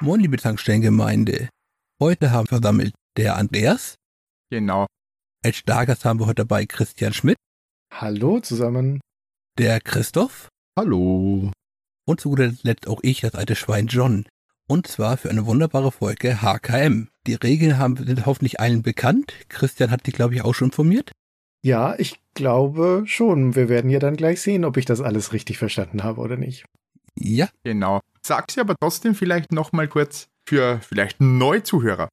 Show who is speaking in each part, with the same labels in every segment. Speaker 1: Moin, liebe Tankstellengemeinde. Heute haben versammelt der Andreas.
Speaker 2: Genau.
Speaker 1: Als Stargast haben wir heute dabei Christian Schmidt,
Speaker 3: Hallo zusammen.
Speaker 1: der Christoph
Speaker 2: Hallo.
Speaker 1: und zu guter Letzt auch ich, das alte Schwein John. Und zwar für eine wunderbare Folge HKM. Die Regeln haben, sind hoffentlich allen bekannt. Christian hat die, glaube ich, auch schon informiert.
Speaker 3: Ja, ich glaube schon. Wir werden ja dann gleich sehen, ob ich das alles richtig verstanden habe oder nicht.
Speaker 1: Ja,
Speaker 2: Genau. Sag sie aber trotzdem vielleicht nochmal kurz für vielleicht Neuzuhörer.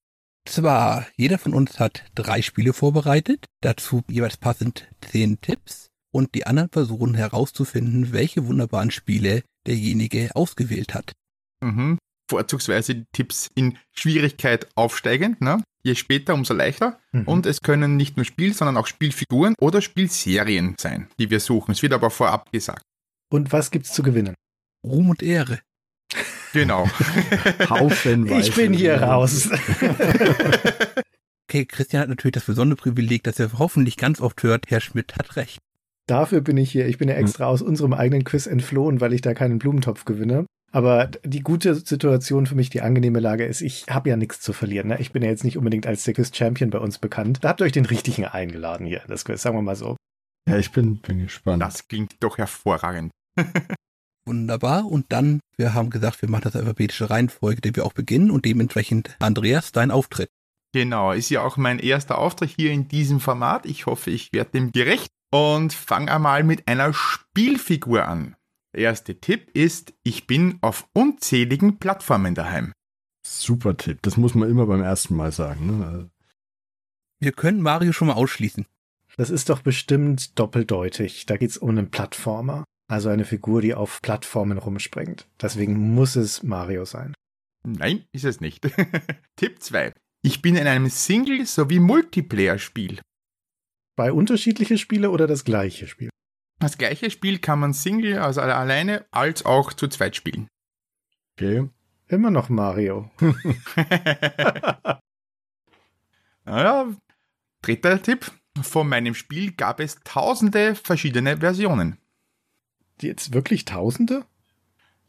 Speaker 1: Zwar, jeder von uns hat drei Spiele vorbereitet, dazu jeweils passend zehn Tipps und die anderen versuchen herauszufinden, welche wunderbaren Spiele derjenige ausgewählt hat.
Speaker 2: Mhm. Vorzugsweise die Tipps in Schwierigkeit aufsteigend, ne? Je später, umso leichter.
Speaker 3: Mhm.
Speaker 2: Und es können nicht nur Spiel, sondern auch Spielfiguren oder Spielserien sein, die wir suchen. Es wird aber vorab gesagt.
Speaker 3: Und was gibt's zu gewinnen?
Speaker 1: Ruhm und Ehre.
Speaker 2: Genau.
Speaker 4: Haufenweise.
Speaker 3: ich bin hier raus.
Speaker 1: Okay, Christian hat natürlich das besondere Privileg, dass er hoffentlich ganz oft hört, Herr Schmidt hat recht.
Speaker 3: Dafür bin ich hier. Ich bin ja extra aus unserem eigenen Quiz entflohen, weil ich da keinen Blumentopf gewinne. Aber die gute Situation für mich, die angenehme Lage ist, ich habe ja nichts zu verlieren. Ne? Ich bin ja jetzt nicht unbedingt als der Quiz-Champion bei uns bekannt. Da habt ihr euch den richtigen eingeladen hier, das Quiz, sagen wir mal so.
Speaker 4: Ja, ich bin, bin gespannt.
Speaker 2: Das klingt doch hervorragend.
Speaker 1: Wunderbar. Und dann, wir haben gesagt, wir machen das in alphabetische Reihenfolge, die wir auch beginnen und dementsprechend, Andreas, dein Auftritt.
Speaker 2: Genau, ist ja auch mein erster Auftritt hier in diesem Format. Ich hoffe, ich werde dem gerecht und fange einmal mit einer Spielfigur an. Der erste Tipp ist, ich bin auf unzähligen Plattformen daheim.
Speaker 4: Super Tipp. Das muss man immer beim ersten Mal sagen. Ne? Also,
Speaker 1: Wir können Mario schon mal ausschließen.
Speaker 3: Das ist doch bestimmt doppeldeutig. Da geht's um einen Plattformer. Also eine Figur, die auf Plattformen rumspringt. Deswegen muss es Mario sein.
Speaker 2: Nein, ist es nicht. Tipp 2. Ich bin in einem Single- sowie Multiplayer-Spiel.
Speaker 3: Bei unterschiedliche Spiele oder das gleiche Spiel?
Speaker 2: Das gleiche Spiel kann man Single, also alle- alleine, als auch zu zweit spielen.
Speaker 4: Okay.
Speaker 3: Immer noch Mario. Hm,
Speaker 2: naja, dritter Tipp. Von meinem Spiel gab es tausende verschiedene Versionen.
Speaker 3: Jetzt wirklich Tausende?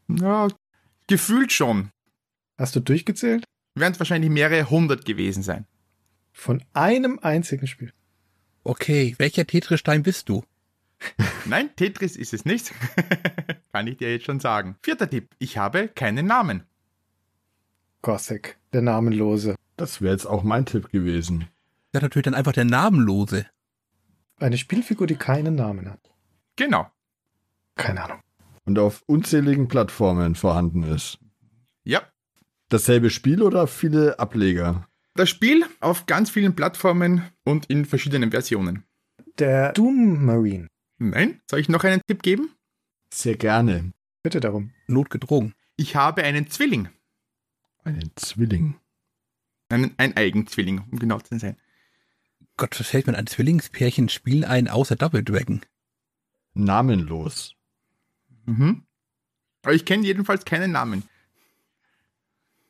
Speaker 2: Ja, gefühlt schon.
Speaker 3: Hast du durchgezählt?
Speaker 2: Wären es wahrscheinlich mehrere hundert gewesen sein.
Speaker 3: Von einem einzigen Spiel.
Speaker 1: Okay, welcher Tetris-Stein bist du?
Speaker 2: Nein, Tetris ist es nicht. Kann ich dir jetzt schon sagen. Vierter Tipp. Ich habe keinen Namen.
Speaker 3: Gothic, der Namenlose.
Speaker 4: Das wäre jetzt auch mein Tipp gewesen.
Speaker 1: Das ist natürlich dann einfach der Namenlose.
Speaker 3: Eine Spielfigur, die keinen Namen hat.
Speaker 2: Genau.
Speaker 3: Keine Ahnung.
Speaker 4: Und auf unzähligen Plattformen vorhanden ist.
Speaker 2: Ja.
Speaker 4: Dasselbe Spiel oder viele Ableger?
Speaker 2: Das Spiel auf ganz vielen Plattformen und in verschiedenen Versionen.
Speaker 3: Der Doom Marine.
Speaker 2: Nein? Soll ich noch einen Tipp geben?
Speaker 4: Sehr gerne.
Speaker 3: Bitte darum.
Speaker 1: Notgedrungen.
Speaker 2: Ich habe einen Zwilling.
Speaker 4: Einen Zwilling.
Speaker 2: Einen, ein Eigenzwilling, um genau zu sein.
Speaker 1: Gott, was fällt mir an Zwillingspärchen spielen ein außer Double Dragon?
Speaker 4: Namenlos.
Speaker 2: Mhm. Aber ich kenne jedenfalls keinen Namen.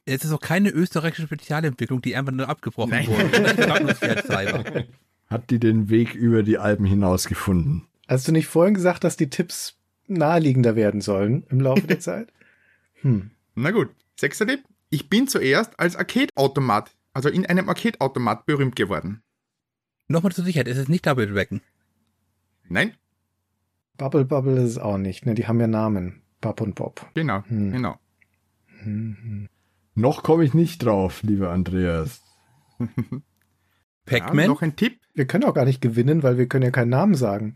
Speaker 1: Es ist auch keine österreichische Spezialentwicklung, die einfach nur abgebrochen
Speaker 2: Nein.
Speaker 1: wurde. Verdammungswertshalber.
Speaker 4: Hat die den Weg über die Alpen hinaus gefunden?
Speaker 3: Hast du nicht vorhin gesagt, dass die Tipps naheliegender werden sollen im Laufe der Zeit? Hm.
Speaker 2: Na gut. Sechster Tipp. Ich bin zuerst als Arcade-Automat, also in einem Arcade-Automat berühmt geworden.
Speaker 1: Nochmal zur Sicherheit, es ist nicht Double Dragon.
Speaker 2: Nein?
Speaker 3: Bubble Bubble ist es auch nicht, ne? Die haben ja Namen. Bab und Bob.
Speaker 2: Genau.
Speaker 3: Hm.
Speaker 2: Genau.
Speaker 3: Hm,
Speaker 4: Noch komme ich nicht drauf, lieber Andreas.
Speaker 2: Ja,
Speaker 1: Pac-Man?
Speaker 2: noch ein Tipp.
Speaker 3: Wir können auch gar nicht gewinnen, weil wir können ja keinen Namen sagen.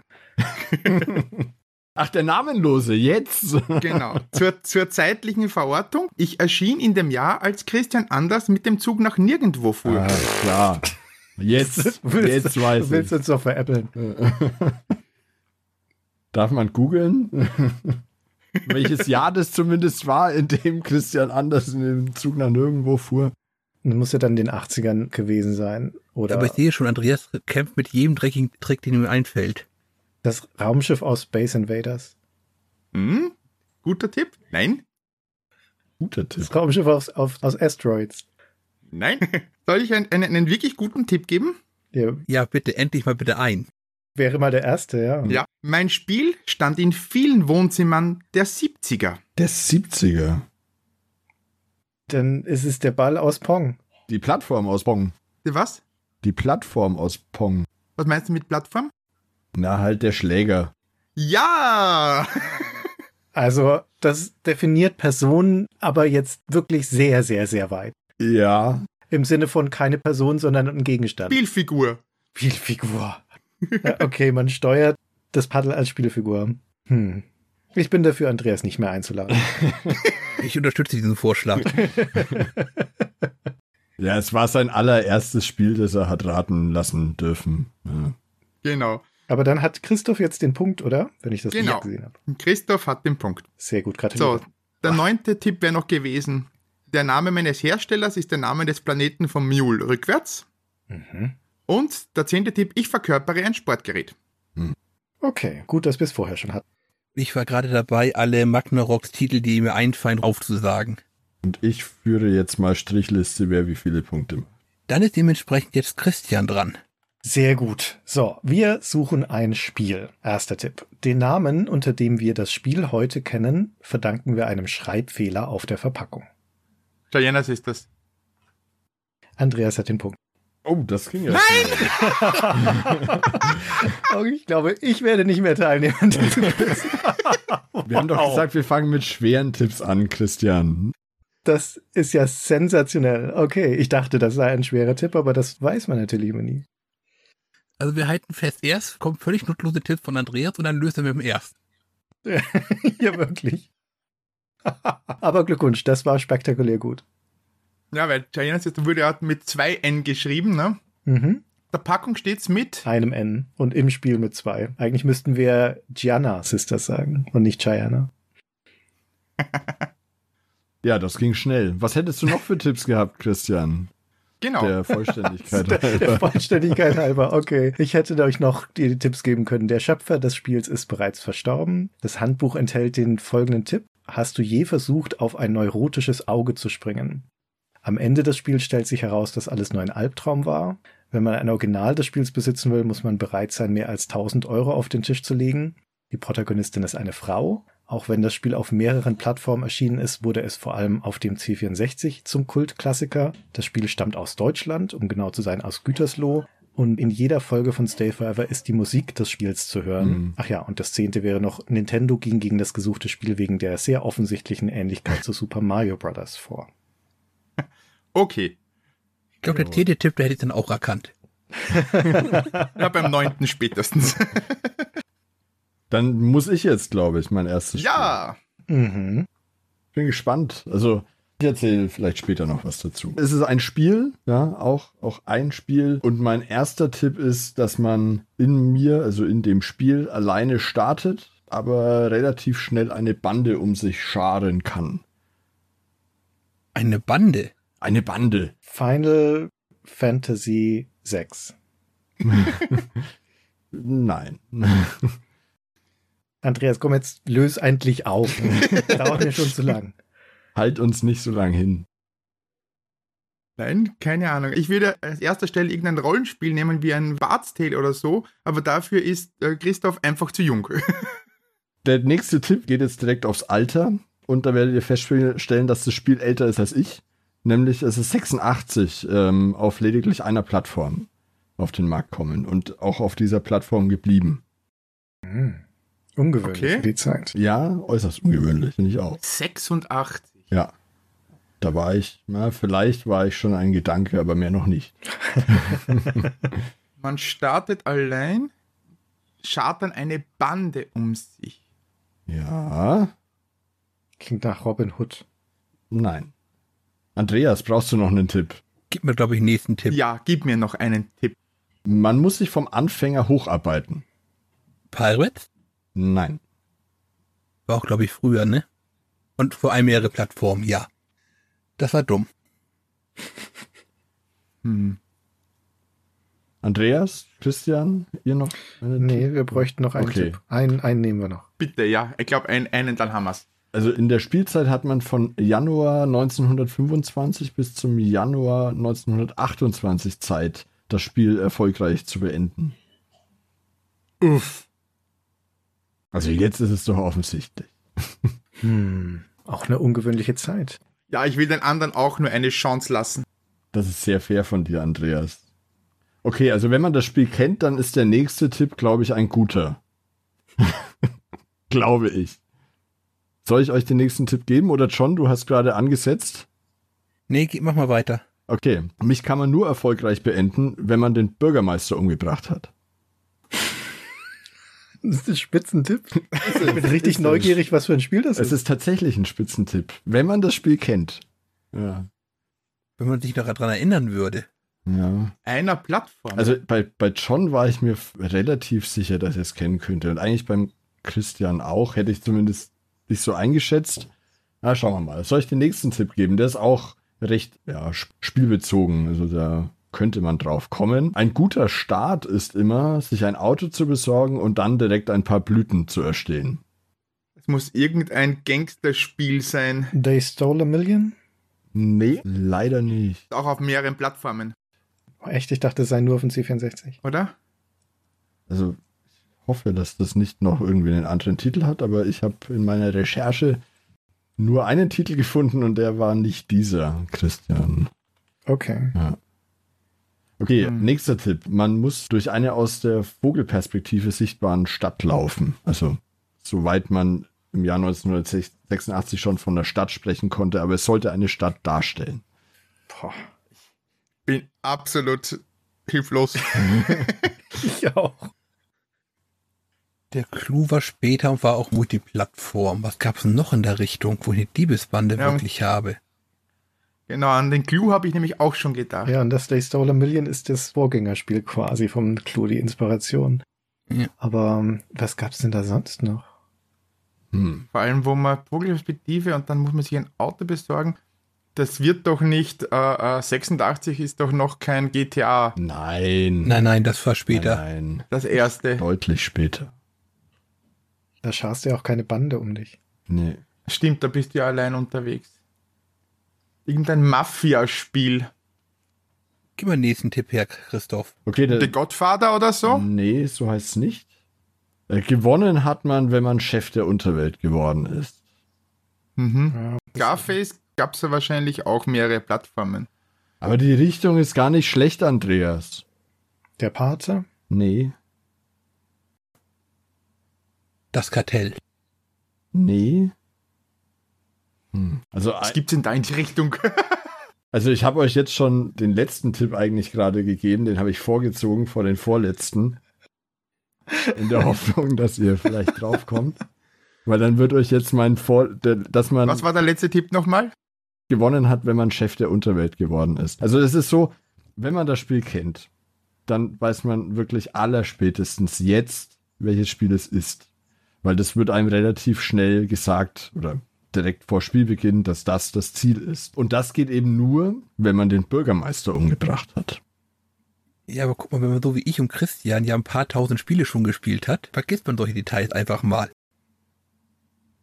Speaker 4: Ach, der Namenlose, jetzt!
Speaker 2: Genau. Zur, zur zeitlichen Verortung. Ich erschien in dem Jahr, als Christian Anders mit dem Zug nach nirgendwo fuhr.
Speaker 4: Ah, klar. Jetzt, jetzt weiß
Speaker 3: Willst du
Speaker 4: ich.
Speaker 3: uns doch veräppeln?
Speaker 4: Darf man googeln? Welches Jahr das zumindest war, in dem Christian Anders in dem Zug nach nirgendwo fuhr?
Speaker 3: Das muss ja dann in den 80ern gewesen sein. Oder
Speaker 1: Aber ich sehe schon, Andreas kämpft mit jedem dreckigen Trick, den ihm einfällt.
Speaker 3: das Raumschiff aus Space Invaders.
Speaker 2: Hm? Guter Tipp? Nein?
Speaker 4: Guter Tipp.
Speaker 3: Das Raumschiff aus, auf, aus Asteroids.
Speaker 2: Nein? Soll ich einen, einen, einen wirklich guten Tipp geben?
Speaker 3: Der
Speaker 1: Ja, bitte, endlich mal bitte ein.
Speaker 3: wäre mal der erste, ja.
Speaker 2: Ja. Mein Spiel stand in vielen Wohnzimmern der 70er.
Speaker 4: Der 70er.
Speaker 3: Dann ist es der Ball aus Pong.
Speaker 4: Die Plattform aus Pong.
Speaker 2: Was?
Speaker 4: Die Plattform aus Pong.
Speaker 2: Was meinst du mit Plattform?
Speaker 4: Na, halt der Schläger.
Speaker 2: Ja!
Speaker 3: Also, das definiert Personen aber jetzt wirklich sehr, sehr, sehr weit.
Speaker 4: Ja.
Speaker 3: Im Sinne von keine Person, sondern ein Gegenstand.
Speaker 2: Spielfigur.
Speaker 3: Spielfigur. Ja, okay, man steuert das Paddel als Spielfigur. Hm. Ich bin dafür, Andreas nicht mehr einzuladen.
Speaker 1: Ich unterstütze diesen Vorschlag.
Speaker 4: Ja, es war sein allererstes Spiel, das er hat raten lassen dürfen. Ja.
Speaker 2: Genau.
Speaker 3: Aber dann hat Christoph jetzt den Punkt, oder? Wenn ich das
Speaker 2: Genau.
Speaker 3: richtig gesehen habe.
Speaker 2: Christoph hat den Punkt.
Speaker 3: Sehr gut,
Speaker 2: So,
Speaker 3: gratuliere.
Speaker 2: der neunte Tipp wäre noch gewesen. Der Name meines Herstellers ist der Name des Planeten von Mule rückwärts.
Speaker 3: Mhm.
Speaker 2: Und der zehnte Tipp, ich verkörpere ein Sportgerät.
Speaker 3: Okay, gut, dass wir es vorher schon hatten.
Speaker 1: Ich war gerade dabei, alle Magnarocks Titel, die mir einfallen, aufzusagen.
Speaker 4: Und ich führe jetzt mal Strichliste, wer wie viele Punkte macht.
Speaker 1: Dann ist dementsprechend jetzt Christian dran.
Speaker 3: Sehr gut. So, wir suchen ein Spiel. Erster Tipp. Den Namen, unter dem wir das Spiel heute kennen, verdanken wir einem Schreibfehler auf der Verpackung.
Speaker 2: Dianas ist das.
Speaker 3: Andreas hat den Punkt.
Speaker 4: Oh, das ging ja. Nein!
Speaker 3: Oh, ich glaube, ich werde nicht mehr teilnehmen.
Speaker 4: Wir haben doch gesagt, wir fangen mit schweren Tipps an, Christian.
Speaker 3: Das ist ja sensationell. Okay, ich dachte, das sei ein schwerer Tipp, aber das weiß man natürlich immer nie.
Speaker 1: Also wir halten fest, erst kommen völlig nutzlose Tipps von Andreas und dann löst er mit dem ersten.
Speaker 3: ja, wirklich. aber Glückwunsch, das war spektakulär gut.
Speaker 2: Ja, weil Dianas ist, wurde ja mit zwei N geschrieben, ne?
Speaker 3: Mhm.
Speaker 2: Der Packung steht's mit.
Speaker 3: Einem N und im Spiel mit zwei. Eigentlich müssten wir Gianna Sisters sagen und nicht Gianna.
Speaker 4: Ja, das ging schnell. Was hättest du noch für Tipps gehabt, Christian?
Speaker 2: Genau.
Speaker 4: Der Vollständigkeit.
Speaker 3: Der
Speaker 4: halber.
Speaker 3: Vollständigkeit halber, okay. Ich hätte euch noch die Tipps geben können. Der Schöpfer des Spiels ist bereits verstorben. Das Handbuch enthält den folgenden Tipp. Hast du je versucht, auf ein neurotisches Auge zu springen? Am Ende des Spiels stellt sich heraus, dass alles nur ein Albtraum war. Wenn man ein Original des Spiels besitzen will, muss man bereit sein, mehr als 1000 Euro auf den Tisch zu legen. Die Protagonistin ist eine Frau. Auch wenn das Spiel auf mehreren Plattformen erschienen ist, wurde es vor allem auf dem C64 zum Kultklassiker. Das Spiel stammt aus Deutschland, um genau zu sein aus Gütersloh. Und in jeder Folge von Stay Forever ist die Musik des Spiels zu hören.
Speaker 4: Mhm.
Speaker 3: Ach ja, und das zehnte wäre noch, Nintendo ging gegen das gesuchte Spiel wegen der sehr offensichtlichen Ähnlichkeit zu Super Mario Bros. vor.
Speaker 2: Okay.
Speaker 1: Ich glaube, der zehnte Tipp, der hätte ich dann auch erkannt.
Speaker 2: Ja, beim neunten spätestens.
Speaker 4: Dann muss ich jetzt, glaube ich, mein erstes Spiel.
Speaker 2: ja.
Speaker 3: Mhm.
Speaker 4: Ich bin gespannt. Also, ich erzähle vielleicht später noch was dazu. Es ist ein Spiel, ja, auch, auch ein Spiel. Und mein erster Tipp ist, dass man in mir, also in dem Spiel, alleine startet, aber relativ schnell eine Bande um sich scharen kann.
Speaker 1: Eine Bande.
Speaker 4: Eine Bande.
Speaker 3: Final Fantasy 6.
Speaker 4: Nein.
Speaker 3: Andreas, komm jetzt, löse endlich auf. Dauert mir schon zu lang.
Speaker 4: halt uns nicht so lang hin.
Speaker 2: Nein, keine Ahnung. Ich würde als erster Stelle irgendein Rollenspiel nehmen, wie ein Bart's Tale oder so, aber dafür ist äh, Christoph einfach zu jung.
Speaker 4: Der nächste Tipp geht jetzt direkt aufs Alter und da werdet ihr feststellen, dass das Spiel älter ist als ich. Nämlich es ist 86 ähm, auf lediglich einer Plattform auf den Markt kommen und auch auf dieser Plattform geblieben.
Speaker 3: Hm. Ungewöhnlich
Speaker 2: Okay.
Speaker 3: für die Zeit.
Speaker 4: Ja, äußerst ungewöhnlich, finde ich auch.
Speaker 2: 86.
Speaker 4: Ja. Da war ich, na, vielleicht war ich schon ein Gedanke, aber mehr noch nicht.
Speaker 2: Man startet allein, schart dann eine Bande um sich.
Speaker 4: Ja,
Speaker 3: Klingt nach Robin Hood.
Speaker 4: nein. Andreas, brauchst du noch einen Tipp?
Speaker 1: Gib mir, glaube ich, nächsten Tipp.
Speaker 2: Ja, gib mir noch einen Tipp.
Speaker 4: Man muss sich vom Anfänger hocharbeiten.
Speaker 1: Pirates?
Speaker 4: Nein.
Speaker 1: War auch, glaube ich, früher, ne? Und vor allem mehrere Plattformen, ja. Das war dumm.
Speaker 2: Hm.
Speaker 4: Andreas, Christian, ihr noch? einen Tipp?
Speaker 3: Nee, wir bräuchten noch einen
Speaker 4: Okay.
Speaker 3: Tipp. Einen, einen nehmen wir noch.
Speaker 2: Bitte, ja. Ich glaube, einen, einen, dann haben wir's.
Speaker 4: Also in der Spielzeit hat man von Januar 1925 bis zum Januar 1928 Zeit, das Spiel erfolgreich zu beenden.
Speaker 2: Uff.
Speaker 4: Also jetzt ist es doch offensichtlich.
Speaker 3: Hm. Auch eine ungewöhnliche Zeit.
Speaker 2: Ja, ich will den anderen auch nur eine Chance lassen.
Speaker 4: Das ist sehr fair von dir, Andreas. Okay, also wenn man das Spiel kennt, dann ist der nächste Tipp, glaube ich, ein guter. glaube ich. Soll ich euch den nächsten Tipp geben oder John, du hast gerade angesetzt?
Speaker 1: Nee, geh- mach mal weiter.
Speaker 4: Okay, mich kann man nur erfolgreich beenden, wenn man den Bürgermeister umgebracht hat.
Speaker 3: Das ist ein Spitzentipp. Ich bin richtig neugierig, was für ein Spiel das
Speaker 4: Es
Speaker 3: ist.
Speaker 4: ist tatsächlich ein Spitzentipp, wenn man das Spiel kennt. Ja.
Speaker 1: Wenn man sich noch daran erinnern würde.
Speaker 4: ja.
Speaker 2: Einer Plattform.
Speaker 4: Also bei, bei John war ich mir f- relativ sicher, dass er es kennen könnte. Und eigentlich beim Christian auch, hätte ich zumindest nicht so eingeschätzt. Na, schauen wir mal. Soll ich den nächsten Tipp geben? Der ist auch recht ja, sp- spielbezogen. Also da könnte man drauf kommen. Ein guter Start ist immer, sich ein Auto zu besorgen und dann direkt ein paar Blüten zu erstehen.
Speaker 2: es muss irgendein Gangsterspiel sein.
Speaker 3: They Stole a Million?
Speaker 4: Nee, leider nicht.
Speaker 2: Auch auf mehreren Plattformen,
Speaker 3: Oh, echt, ich dachte, es sei nur auf dem C64.
Speaker 2: oder?
Speaker 4: Also ich hoffe, dass das nicht noch irgendwie einen anderen Titel hat, aber ich habe in meiner Recherche nur einen Titel gefunden und der war nicht dieser, Christian.
Speaker 3: Okay.
Speaker 4: Okay,
Speaker 2: Hm.
Speaker 4: nächster Tipp. Man muss durch eine aus der Vogelperspektive sichtbaren Stadt laufen. Also soweit man im Jahr 1986 schon von der Stadt sprechen konnte, aber es sollte eine Stadt darstellen.
Speaker 3: Boah.
Speaker 2: Bin absolut hilflos.
Speaker 3: Ich auch.
Speaker 1: Der Clou war später und war auch Multiplattform. Was gab's denn noch in der Richtung, wo ich eine Diebesbande
Speaker 2: Ja.
Speaker 1: wirklich habe?
Speaker 2: genau, an den Clou habe ich nämlich auch schon gedacht.
Speaker 3: Ja, und das They Stole a Million ist das Vorgängerspiel quasi vom Clou, die Inspiration.
Speaker 1: Ja.
Speaker 3: Aber ähm, was gab's denn da sonst noch?
Speaker 4: Hm.
Speaker 2: Vor allem, wo man Vogelperspektive und dann muss man sich ein Auto besorgen. Das wird doch nicht, äh, äh, 86 ist doch noch kein GTA,
Speaker 4: Nein.
Speaker 1: Nein, nein, das war später.
Speaker 4: Nein,
Speaker 2: das erste.
Speaker 4: nein. Deutlich später.
Speaker 3: Da scharst du ja auch keine Bande um dich.
Speaker 4: Nee.
Speaker 2: Stimmt, da bist du ja allein unterwegs. Irgendein Mafia-Spiel.
Speaker 1: Gib mal den nächsten Tipp her, Christoph.
Speaker 4: Okay, der,
Speaker 2: The Godfather oder so?
Speaker 4: Nee, so heißt es nicht. Äh, gewonnen hat man, wenn man Chef der Unterwelt geworden ist.
Speaker 2: Mhm.
Speaker 3: Ja,
Speaker 2: Scarface gab es ja wahrscheinlich auch mehrere Plattformen.
Speaker 4: Aber die Richtung ist gar nicht schlecht, Andreas.
Speaker 3: der Pate?
Speaker 4: Nee,
Speaker 1: Das Kartell.
Speaker 4: nee. Hm. Also,
Speaker 2: Was gibt's in deine Richtung?
Speaker 4: also ich habe euch jetzt schon den letzten Tipp eigentlich gerade gegeben, den habe ich vorgezogen vor den vorletzten. In der Hoffnung, dass ihr vielleicht draufkommt. Weil dann wird euch jetzt mein Vor... der- Dass man
Speaker 2: Was war der letzte Tipp nochmal?
Speaker 4: gewonnen hat, wenn man Chef der Unterwelt geworden ist. Also es ist so, wenn man das Spiel kennt, dann weiß man wirklich allerspätestens jetzt, welches Spiel es ist. Weil das wird einem relativ schnell gesagt oder direkt vor Spielbeginn, dass das das Ziel ist. Und das geht eben nur, wenn man den Bürgermeister umgebracht hat.
Speaker 1: Ja, aber guck mal, wenn man so wie ich und Christian ja ein paar tausend Spiele schon gespielt hat, vergisst man solche Details einfach mal.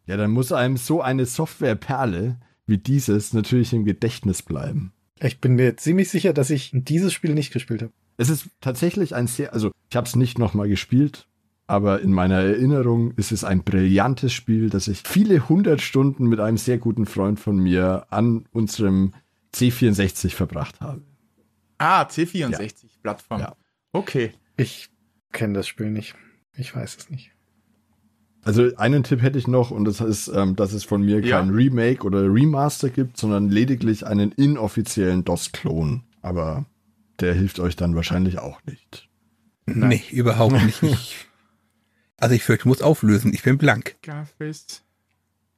Speaker 4: Ja, dann muss einem so eine Softwareperle wie dieses natürlich im Gedächtnis bleiben.
Speaker 3: Ich bin mir ziemlich sicher, dass ich dieses Spiel nicht gespielt habe.
Speaker 4: Es ist tatsächlich ein sehr, also ich habe es nicht nochmal gespielt, aber in meiner Erinnerung ist es ein brillantes Spiel, das ich viele hundert Stunden mit einem sehr guten Freund von mir an unserem C64 verbracht habe.
Speaker 2: Ah, C64-Plattform.
Speaker 4: Ja.
Speaker 2: Okay.
Speaker 3: Ich kenne das Spiel nicht. Ich weiß es nicht.
Speaker 4: Also einen Tipp hätte ich noch und das ist, ähm, dass es von mir
Speaker 2: Ja.
Speaker 4: kein Remake oder Remaster gibt, sondern lediglich einen inoffiziellen DOS-Klon. Aber der hilft euch dann wahrscheinlich auch nicht.
Speaker 3: Nein.
Speaker 1: Nee, überhaupt nicht. Ich, also ich fürchte, ich muss auflösen. Ich bin blank.
Speaker 2: Scarface,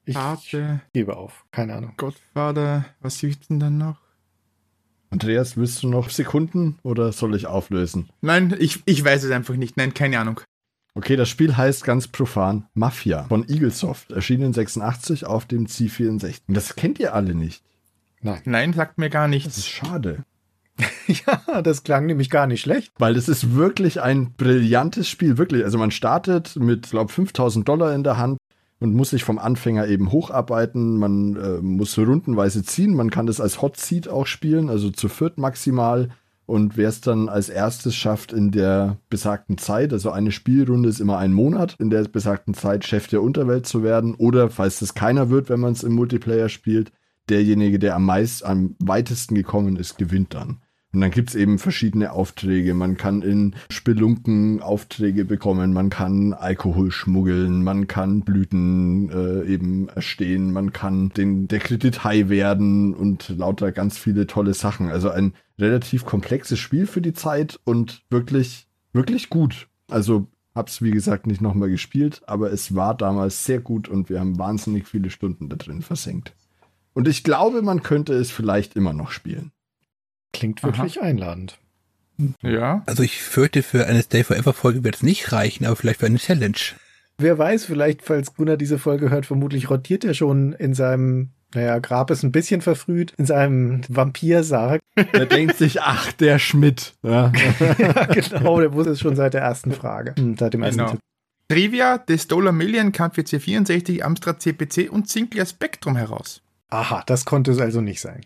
Speaker 3: Ich
Speaker 2: Pate,
Speaker 3: gebe auf. Keine Ahnung.
Speaker 2: Godfather, was gibt's denn dann noch?
Speaker 4: Andreas, willst du noch Sekunden oder soll ich auflösen?
Speaker 2: Nein, ich, ich weiß es einfach nicht. Nein, keine Ahnung.
Speaker 4: Okay, das Spiel heißt ganz profan Mafia von Eaglesoft, erschienen 86 auf dem C64. Und Das kennt ihr alle nicht.
Speaker 3: Nein.
Speaker 2: Nein, sagt mir gar
Speaker 4: Das ist
Speaker 2: nichts.
Speaker 4: schade.
Speaker 3: Ja, das klang nämlich gar nicht schlecht.
Speaker 4: Weil es ist wirklich ein brillantes Spiel, wirklich. Also man startet mit, glaube 5000 Dollar in der Hand und muss sich vom Anfänger eben hocharbeiten. Man äh, muss rundenweise ziehen. Man kann das als Hot Seat auch spielen, also zu viert maximal. Und wer es dann als erstes schafft in der besagten Zeit, also eine Spielrunde ist immer ein Monat, in der besagten Zeit Chef der Unterwelt zu werden, oder falls das keiner wird, wenn man es im Multiplayer spielt, derjenige, der am meist, am weitesten gekommen ist, gewinnt dann. Und dann gibt's eben verschiedene Aufträge. Man kann in Spelunken Aufträge bekommen, man kann Alkohol schmuggeln, man kann Blüten äh, eben erstehen, man kann den, der Kredit high werden und lauter ganz viele tolle Sachen. Also ein relativ komplexes Spiel für die Zeit und wirklich, wirklich gut. Also hab's wie gesagt nicht nochmal gespielt, aber es war damals sehr gut und wir haben wahnsinnig viele Stunden da drin versenkt. Und ich glaube, man könnte es vielleicht immer noch spielen.
Speaker 3: Klingt wirklich einladend.
Speaker 2: Ja.
Speaker 1: Also ich fürchte, für eine Stay Forever Folge wird es nicht reichen, aber vielleicht für eine Challenge.
Speaker 3: Wer weiß, vielleicht, falls Gunnar diese Folge hört, vermutlich rotiert er schon in seinem, naja, Grab ist ein bisschen verfrüht, in seinem Vampirsarg.
Speaker 4: Der denkt sich, ach, der Schmidt. Ja.
Speaker 3: ja, genau, der wusste es schon seit der ersten Frage, hm, seit dem ersten
Speaker 2: Genau.
Speaker 3: Tipp.
Speaker 2: Trivia des Dollar Million kam für C64, Amstrad CPC und Sinclair Spectrum heraus.
Speaker 3: Aha, das konnte es also nicht sein.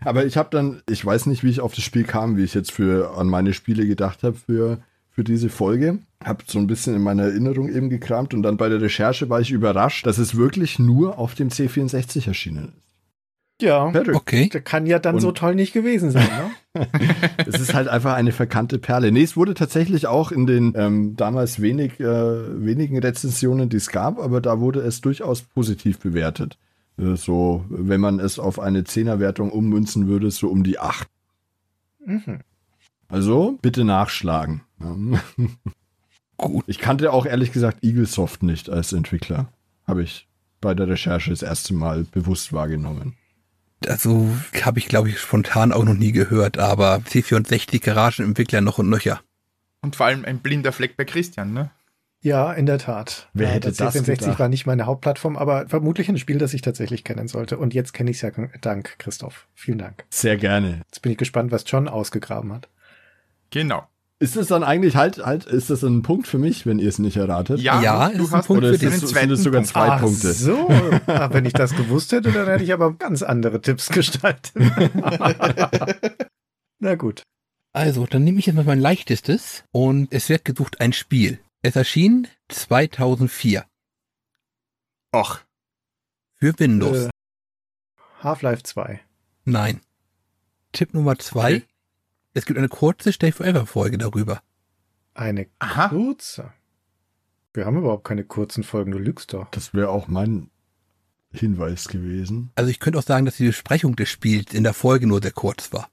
Speaker 4: Aber ich habe dann, ich weiß nicht, wie ich auf das Spiel kam, wie ich jetzt für an meine Spiele gedacht habe für, für diese Folge. Habe so ein bisschen in meiner Erinnerung eben gekramt und dann bei der Recherche war ich überrascht, dass es wirklich nur auf dem C64 erschienen ist.
Speaker 3: Ja,
Speaker 4: Verrückt.
Speaker 1: Okay.
Speaker 3: der kann ja dann
Speaker 4: Und-
Speaker 3: so toll nicht gewesen sein, ne?
Speaker 4: Es ist halt einfach eine verkannte Perle. Nee, es wurde tatsächlich auch in den ähm, damals wenig, äh, wenigen Rezensionen, die es gab, aber da wurde es durchaus positiv bewertet. Äh, So, wenn man es auf eine Zehnerwertung ummünzen würde, so um die 8.
Speaker 3: Mhm.
Speaker 4: Also, bitte nachschlagen. Ja.
Speaker 1: Gut.
Speaker 4: Ich kannte auch ehrlich gesagt Eaglesoft nicht als Entwickler. Habe ich bei der Recherche das erste Mal bewusst wahrgenommen.
Speaker 1: Also habe ich, glaube ich, spontan auch noch nie gehört, aber C64 Garagenentwickler noch und nöcher.
Speaker 2: Und vor allem ein blinder Fleck bei Christian, ne?
Speaker 3: Ja, in der Tat.
Speaker 4: Wer
Speaker 3: ja,
Speaker 4: hätte
Speaker 3: der
Speaker 4: das gedacht?
Speaker 3: war nicht meine Hauptplattform, aber vermutlich ein Spiel, das ich tatsächlich kennen sollte. Und jetzt kenne ich es ja dank Christoph. Vielen Dank.
Speaker 4: Sehr gerne.
Speaker 3: Jetzt bin ich gespannt, was John ausgegraben hat.
Speaker 2: Genau.
Speaker 4: Ist das dann eigentlich halt, halt, ist das ein Punkt für mich, wenn ihr es nicht erratet?
Speaker 1: Ja,
Speaker 2: du
Speaker 1: ist ein
Speaker 2: hast
Speaker 1: Punkt
Speaker 4: Oder
Speaker 1: für
Speaker 4: ist
Speaker 1: den
Speaker 4: das, sind es sogar zwei
Speaker 3: Ach
Speaker 4: Punkte?
Speaker 3: so. Ah, wenn ich das gewusst hätte, dann hätte ich aber ganz andere Tipps gestaltet. Na gut.
Speaker 1: Also, dann nehme ich jetzt mal mein leichtestes und es wird gesucht ein Spiel. Es erschien 2004
Speaker 2: Ach,
Speaker 1: für Windows.
Speaker 3: Äh, Half-Life 2.
Speaker 1: Nein. Tipp Nummer zwei.
Speaker 2: Okay.
Speaker 1: Es gibt eine kurze Stay Forever Folge darüber.
Speaker 3: Eine
Speaker 2: aha.
Speaker 3: kurze. Wir haben überhaupt keine kurzen Folgen, du lügst doch.
Speaker 4: Das wäre auch mein Hinweis gewesen.
Speaker 1: Also ich könnte auch sagen, dass die Besprechung des Spiels in der Folge nur sehr kurz war.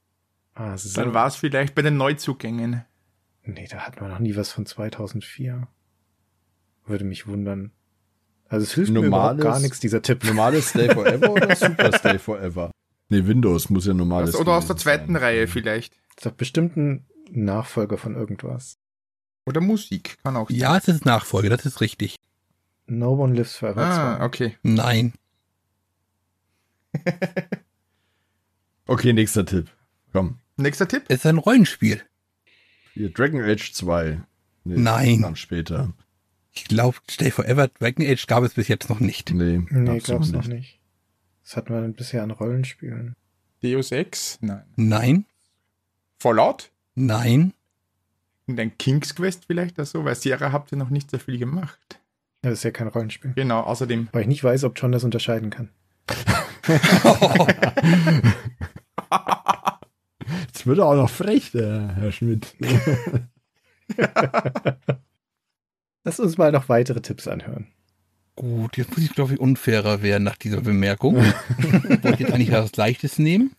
Speaker 3: Ah, so.
Speaker 2: Dann war es vielleicht bei den Neuzugängen.
Speaker 3: Nee, da hatten wir noch nie was von 2004. Würde mich wundern. Also es hilft mir überhaupt
Speaker 4: Normales-
Speaker 3: gar nichts, dieser Tipp.
Speaker 4: Normales Stay Forever oder Super Stay Forever? Nee, Windows muss ja normales.
Speaker 2: Also, oder aus der
Speaker 4: gewesen
Speaker 2: zweiten
Speaker 4: sein.
Speaker 2: Reihe vielleicht.
Speaker 3: ist doch bestimmt ein Nachfolger von irgendwas.
Speaker 2: Oder Musik, kann auch sein.
Speaker 1: Ja, es ist Nachfolge, das ist richtig.
Speaker 3: No One Lives Forever
Speaker 2: Ah,
Speaker 3: 2.
Speaker 2: okay.
Speaker 1: Nein.
Speaker 4: Okay, nächster Tipp. Komm.
Speaker 2: Nächster Tipp.
Speaker 1: Es ist ein Rollenspiel.
Speaker 4: Hier, Dragon Age 2. Nee,
Speaker 1: Nein.
Speaker 4: das kam später.
Speaker 1: Ich glaube, Stay Forever Dragon Age gab es bis jetzt noch nicht.
Speaker 4: Nee,
Speaker 3: Nee,
Speaker 4: gab's
Speaker 3: glaub's
Speaker 4: noch
Speaker 3: noch nicht. Was hatten wir denn bisher an Rollenspielen?
Speaker 2: Deus Ex? Nein.
Speaker 1: Nein,
Speaker 2: Fallout?
Speaker 1: nein,
Speaker 2: Und ein King's Quest vielleicht oder so, weil Sierra habt ihr noch nicht so viel gemacht.
Speaker 3: Ja, das ist ja kein Rollenspiel.
Speaker 2: Genau, außerdem.
Speaker 3: Weil ich nicht weiß, ob John das unterscheiden kann.
Speaker 4: Jetzt wird er auch noch frech, der Herr Schmidt.
Speaker 3: Lass uns mal noch weitere Tipps anhören.
Speaker 1: Gut, jetzt muss ich, glaube ich, unfairer werden nach dieser Bemerkung. Wollte ich jetzt eigentlich was Leichtes nehmen?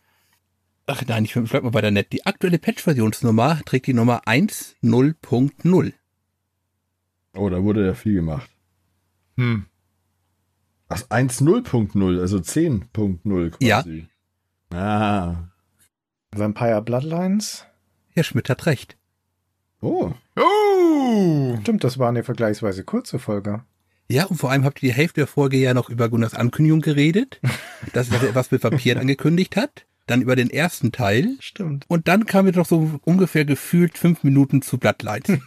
Speaker 1: Ach nein, ich bleib mal bei der Net. Die aktuelle Patch-Versionsnummer trägt die Nummer 10.0.
Speaker 4: Oh, da wurde ja viel gemacht.
Speaker 2: Hm.
Speaker 4: Ach, 1.0.0, also 10.0 quasi. Ja. Ah.
Speaker 3: Vampire Bloodlines?
Speaker 1: Herr Schmidt hat recht.
Speaker 4: Oh.
Speaker 2: Oh!
Speaker 3: Stimmt, das war eine vergleichsweise kurze Folge.
Speaker 1: Ja, und vor allem habt ihr die Hälfte der Folge ja noch über Gunnars Ankündigung geredet, dass er etwas mit Papieren angekündigt hat, dann über den ersten Teil
Speaker 3: Stimmt.
Speaker 1: und dann kam jetzt noch so ungefähr gefühlt fünf Minuten zu Bloodlines.